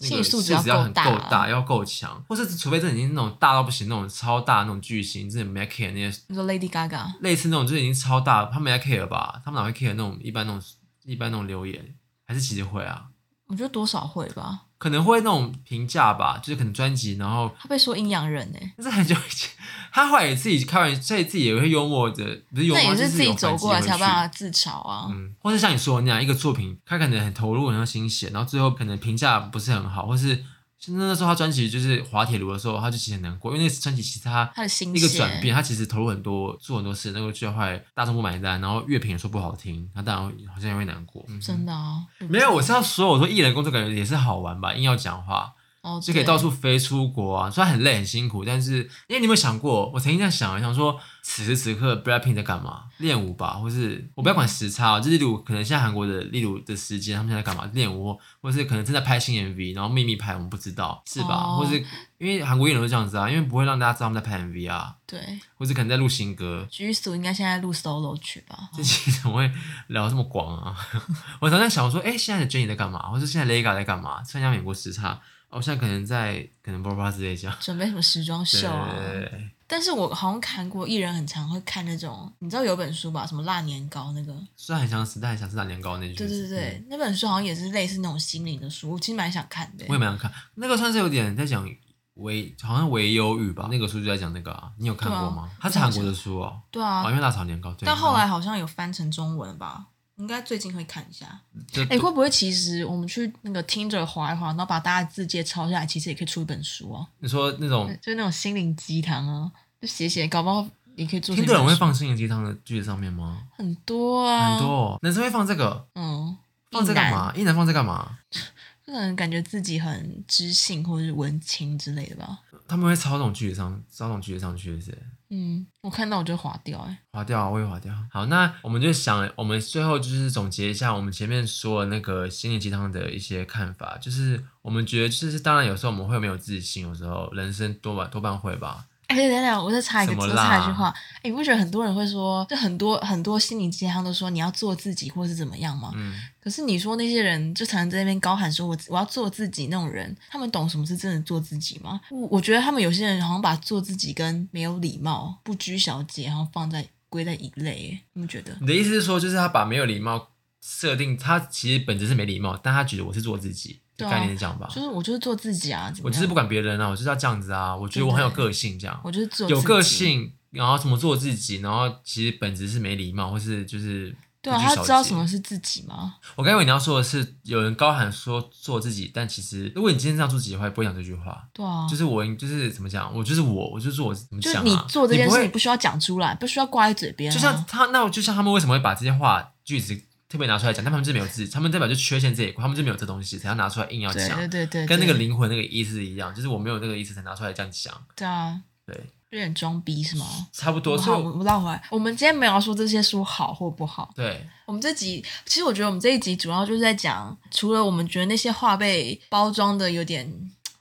Speaker 1: 那
Speaker 2: 心
Speaker 1: 个
Speaker 2: 理素质
Speaker 1: 质
Speaker 2: 要
Speaker 1: 要
Speaker 2: 够
Speaker 1: 很
Speaker 2: 大
Speaker 1: 够大，要够强，或是除非真的已经那种大到不行，那种超大那种巨星，真的 make 那些
Speaker 2: 你说 Lady Gaga，
Speaker 1: 类似那种，就是已经超大，他们还 care 吧？他们哪会 care 那种一般那种一般那种留言？还是其实会啊，
Speaker 2: 我觉得多少会吧。
Speaker 1: 可能会那种评价吧，就是可能专辑，然后
Speaker 2: 他被说阴阳人呢、欸，
Speaker 1: 但是很久以前， 他后来也自己开玩笑，所以自己也会幽默的，不是幽
Speaker 2: 那
Speaker 1: 默，
Speaker 2: 也
Speaker 1: 就是
Speaker 2: 自己
Speaker 1: 有
Speaker 2: 走
Speaker 1: 反击
Speaker 2: 过来
Speaker 1: 回
Speaker 2: 才有
Speaker 1: 去
Speaker 2: 办法自嘲啊。
Speaker 1: 嗯，或是像你说的那样，一个作品，他可能很投入，很有心血，然后最后可能评价不是很好，或是甚至那时候他专辑就是滑铁卢的时候，他就其实很难过，因为那专辑其实他
Speaker 2: 他的心
Speaker 1: 一个
Speaker 2: 血
Speaker 1: 转变，他其实投入很多，做很多事，那个最后后来大众不买单，然后乐评也说不好听，他当然会好像也会难过。嗯
Speaker 2: 真的啊，
Speaker 1: 没有，我是要说，我说艺人工作感觉也是好玩吧，硬要讲话，
Speaker 2: 哦，
Speaker 1: 就可以
Speaker 2: 对
Speaker 1: 到处飞出国啊。虽然很累很辛苦，但是因为你有没有想过，我曾经在想，想说此时此刻 Blackpink 在干嘛？练舞吧，或是我不要管时差、啊，就例如可能现在韩国的例如的时间，他们现在在干嘛？练舞，或是可能正在拍新 MV，然后秘密拍，我们不知道是吧？
Speaker 2: 哦
Speaker 1: 或是因为韩国艺人都这样子啊，因为不会让大家知道他们在拍 MV 啊，
Speaker 2: 对，
Speaker 1: 或是可能在录新歌。
Speaker 2: 居宿应该现在录 solo 曲吧？
Speaker 1: 这期怎么会聊这么广啊？ 我常常想说，哎、现在的 Jennie 在干嘛？或者现在 Lega 在干嘛？参加美国时差，哦，现在可能在可能 b o b a 之类这样。
Speaker 2: 准备什么时装
Speaker 1: 对
Speaker 2: 秀啊？
Speaker 1: 对对对
Speaker 2: 但是我好像韩国艺人很常会看那种，你知道有本书吧？什么辣年糕那个？
Speaker 1: 虽然很想死，但很想吃大年糕那句。嗯
Speaker 2: 对对对对，那本书好像也是类似那种心灵的书，我其实蛮想看的
Speaker 1: 嗯，我。也蛮想看。那个算是有点在讲为，好像为忧郁吧。那个书就在讲那个啊，你有看过吗？
Speaker 2: 对啊
Speaker 1: 它是韩国的书哦，
Speaker 2: 对
Speaker 1: 哦，
Speaker 2: 啊
Speaker 1: 因，为辣炒年糕。对。
Speaker 2: 但后来好像有翻成中文了吧？应该最近会看一下。
Speaker 1: 就
Speaker 2: 哎、会不会其实我们去那个听着划一划，然后把大家字节抄下来，其实也可以出一本书哦、
Speaker 1: 你说那种
Speaker 2: 就是那种心灵鸡汤啊，就写写，搞不好也可以做成
Speaker 1: 听
Speaker 2: 一
Speaker 1: 的
Speaker 2: 本
Speaker 1: 人
Speaker 2: 书。
Speaker 1: 会放心灵鸡汤的句子上面吗？
Speaker 2: 很多啊，
Speaker 1: 很多，哦，男生会放这个，
Speaker 2: 嗯，
Speaker 1: 放这
Speaker 2: 一男
Speaker 1: 干？嘛？一男放这干嘛？
Speaker 2: 就可能感觉自己很知性或者是文青之类的吧。
Speaker 1: 他们会抄这种句子上，抄这种句子上去是不是？
Speaker 2: 嗯，我看到我就划掉、哎，
Speaker 1: 划掉啊，我也划掉。好，那我们就想，我们最后就是总结一下我们前面说的那个心灵鸡汤的一些看法，就是我们觉得，就是当然有时候我们会没有自信，有时候人生多半多半会吧。
Speaker 2: 哎、等等等，我再插一个，
Speaker 1: 什么
Speaker 2: 我
Speaker 1: 啦
Speaker 2: 再插一句话。哎、你不觉得很多人会说，就很多很多心理鸡汤都说你要做自己或是怎么样吗？
Speaker 1: 嗯，
Speaker 2: 可是你说那些人就常常在那边高喊说我我要做自己那种人，他们懂什么是真的做自己吗？我我觉得他们有些人好像把做自己跟没有礼貌、不拘小节，然后放在归在一类，哎你们觉得？
Speaker 1: 你的意思是说，就是他把没有礼貌设定，他其实本质是没礼貌，但他觉得我是做自己，
Speaker 2: 对啊
Speaker 1: 概念是这样吧？
Speaker 2: 就是我就是做自己啊，怎么
Speaker 1: 我
Speaker 2: 样
Speaker 1: 就是不管别人啊，我就是要这样子啊，我觉得我很有个性这样。
Speaker 2: 我就是做
Speaker 1: 有
Speaker 2: 自
Speaker 1: 个
Speaker 2: 己，
Speaker 1: 性，然后怎么做自己，然后其实本质是没礼貌，或是就是
Speaker 2: 对啊，
Speaker 1: 不拘
Speaker 2: 他
Speaker 1: 小
Speaker 2: 知道
Speaker 1: 节
Speaker 2: 什么是自己吗？
Speaker 1: 我刚以为你要说的是，有人高喊说做自己，但其实如果你今天这样做自己的话，也不会讲这句话。
Speaker 2: 对啊，
Speaker 1: 就是我，就是怎么讲，我就是我，我就是我，怎么
Speaker 2: 就
Speaker 1: 讲、
Speaker 2: 是
Speaker 1: 啊？
Speaker 2: 你做这件
Speaker 1: 不
Speaker 2: 事，
Speaker 1: 会
Speaker 2: 你不需要讲出来，不需要挂在嘴边、啊。
Speaker 1: 就像他，那我就像他们为什么会把这些话句子特别拿出来讲？但他们就没有自己，他们代表就缺陷这一块，他们就没有这东西，才要拿出来硬要
Speaker 2: 对
Speaker 1: 啊讲，
Speaker 2: 对对对，
Speaker 1: 跟那个
Speaker 2: 对
Speaker 1: 灵魂那个意思一样，就是我没有那个意思才拿出来这样讲。
Speaker 2: 对啊，
Speaker 1: 对，
Speaker 2: 有点装逼是吗？
Speaker 1: 差不多。
Speaker 2: 好，
Speaker 1: 所
Speaker 2: 我
Speaker 1: 以我
Speaker 2: 们绕回来。我们今天没有说这些书好或不好，
Speaker 1: 对，
Speaker 2: 我们这集其实我觉得我们这一集主要就是在讲，除了我们觉得那些话被包装的有点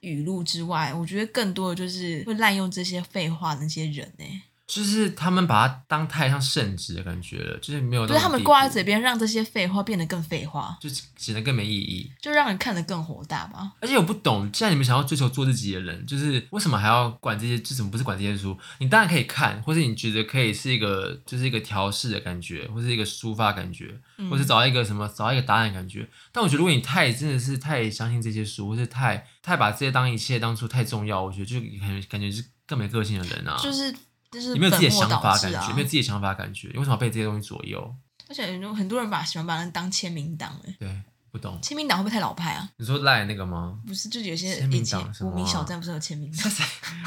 Speaker 2: 嘖语录之外，我觉得更多的就是会滥用这些废话的那些人呢、
Speaker 1: 就是他们把它当太像圣旨的感觉了，就是没有那
Speaker 2: 就是
Speaker 1: 种
Speaker 2: 他们
Speaker 1: 地
Speaker 2: 挂在
Speaker 1: 步
Speaker 2: 嘴，边，让这些废话变得更废话，
Speaker 1: 就显得更没意义。
Speaker 2: 就让人看得更火大吧。
Speaker 1: 而且我不懂，既然你们想要追求做自己的人，就是为什么还要管这些？就怎么不是管这些书？你当然可以看，或是你觉得可以是一个，就是一个调试的感觉，或是一个抒发的感觉，
Speaker 2: 嗯
Speaker 1: 或是找到一个什么，找到一个答案的感觉。但我觉得，如果你太真的是太相信这些书，或是太太把这些当一切当初太重要，我觉得就很感觉是更没个性的人啊。
Speaker 2: 就是就是
Speaker 1: 你没有自己的
Speaker 2: 本末
Speaker 1: 想
Speaker 2: 倒
Speaker 1: 法
Speaker 2: 置
Speaker 1: 感
Speaker 2: 啊
Speaker 1: 觉，没有自己的想法感觉，你为什么要被这些东西左右？
Speaker 2: 而且有很多人把喜欢把人当签名档哎、
Speaker 1: 对，不懂。
Speaker 2: 签名档会不会太老派啊？
Speaker 1: 你说赖那个吗？
Speaker 2: 不是，就有些
Speaker 1: 签名
Speaker 2: 以
Speaker 1: 档
Speaker 2: 前
Speaker 1: 什么
Speaker 2: 无
Speaker 1: 啊
Speaker 2: 名小站不是有签名档？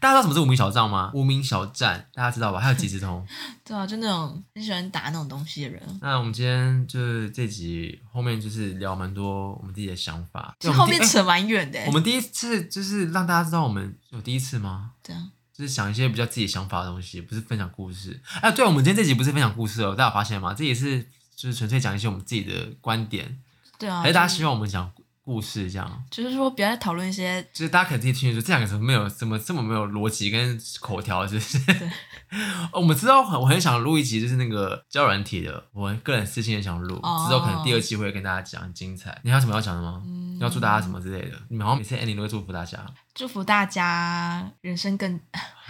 Speaker 1: 大家知道什么是无名小站吗？无名小站，大家知道吧？还有即时通。
Speaker 2: 对啊，就那种很喜欢打那种东西的人。
Speaker 1: 那我们今天就是这集后面就是聊蛮多我们自己的想法，
Speaker 2: 其实后
Speaker 1: 啊我们
Speaker 2: 面
Speaker 1: 第
Speaker 2: 扯蛮远的、
Speaker 1: 哎
Speaker 2: 欸。
Speaker 1: 我们第一次就是让大家知道我们有第一次吗？
Speaker 2: 对啊，
Speaker 1: 就是想一些比较自己想法的东西，不是分享故事。哎、对，我们今天这集不是分享故事哦，大家有发现吗？这也是就是纯粹讲一些我们自己的观点，
Speaker 2: 对啊。
Speaker 1: 还是大家
Speaker 2: 就是
Speaker 1: 希望我们讲故事这样？
Speaker 2: 就是说不要再讨论一些
Speaker 1: 就是大家可能自己听得出这两个怎么没有怎么这么没有逻辑跟口条，是不是？ 我们知道很我很想录一集，就是那个教软体的，我个人私心也想录，
Speaker 2: 哦
Speaker 1: 之后可能第二期会跟大家讲，很精彩。你还有什么要讲的吗？
Speaker 2: 嗯
Speaker 1: 要祝大家什么之类的？你们好像每次 ending 都会祝福大家，
Speaker 2: 祝福大家人 生更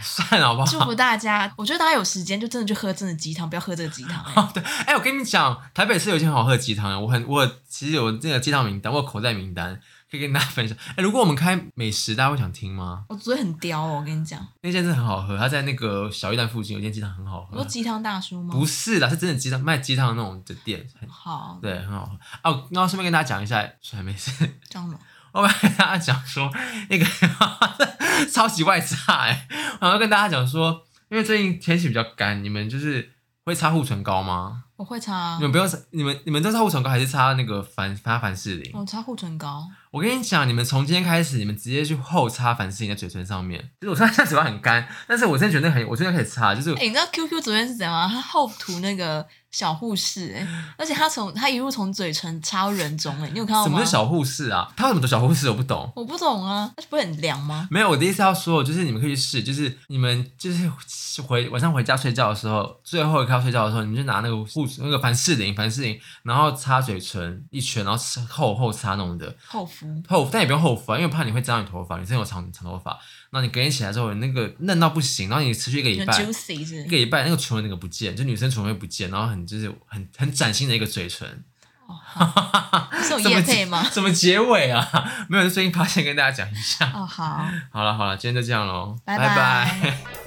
Speaker 1: 算了好不
Speaker 2: 祝
Speaker 1: 好？
Speaker 2: 福大家。我觉得大家有时间就真的去喝真的鸡汤，不要喝这个鸡汤、 欸。
Speaker 1: 对，哎、我跟你讲，台北是有一些很好喝的鸡汤啊的，我很我其实有这个鸡汤名单，我有口袋名单可以跟大家分享。哎、如果我们开美食，大家会想听吗？
Speaker 2: 我嘴很刁哦，我跟你讲，
Speaker 1: 那间真的很好喝，它在那个小巨蛋附近有一间鸡汤很好
Speaker 2: 我
Speaker 1: 喝，
Speaker 2: 说鸡汤大叔吗？
Speaker 1: 不是啦，是真的鸡汤卖鸡汤的那种的店，很
Speaker 2: 好，
Speaker 1: 对，很好喝。哦，那我顺便跟大家讲一下，算了没事，
Speaker 2: 这样吗？
Speaker 1: 我本来跟大家讲说那个超级外差哎、欸，我要跟大家讲说，因为最近天气比较干，你们就是会擦护唇膏吗？
Speaker 2: 我我会擦啊
Speaker 1: 你，们不要，你们你们在擦护唇膏还是擦那个凡擦凡士林？
Speaker 2: 我擦护唇膏，
Speaker 1: 我跟你讲，你们从今天开始，你们直接去后擦凡士林在嘴唇上面。就是我虽然现在嘴巴很干，但是我真的觉得那很，我真的可以擦，就是
Speaker 2: 哎、你知道 QQ 昨天是怎样吗？他厚涂那个小护士、哎，而且他从他一路从嘴唇插到人中、哎，你有看到
Speaker 1: 什么
Speaker 2: 吗
Speaker 1: 是？小护士啊？他为什么叫小护士？我不懂。
Speaker 2: 我不懂啊，那不是很凉吗？
Speaker 1: 没有，我的意思要说，就是你们可以去试，就是你们就是回晚上回家睡觉的时候，最后一刻要睡觉的时候，你们就拿那个护那个凡士林，凡士林，然后擦嘴唇一圈，然后厚厚擦弄的
Speaker 2: 厚敷，
Speaker 1: 厚，但也不用厚敷啊，因为我怕你会沾到你头发，你真的有长长头发，那你隔天起来之后，你那个嫩到不行，然后你持续一个礼
Speaker 2: 很
Speaker 1: 拜。
Speaker 2: juicy 是
Speaker 1: 一个
Speaker 2: 不是
Speaker 1: 礼拜那个唇纹那个不见，就女生唇纹会不见，然后很就是很很崭新的一个嘴唇，
Speaker 2: 哦，好是有
Speaker 1: 什么
Speaker 2: 夜
Speaker 1: 结
Speaker 2: 配 吗？
Speaker 1: 什么结尾 啊？没有，就最近发现跟大家讲一下。
Speaker 2: 哦，好，
Speaker 1: 好了好了，今天就这样喽，
Speaker 2: 拜
Speaker 1: 拜
Speaker 2: 拜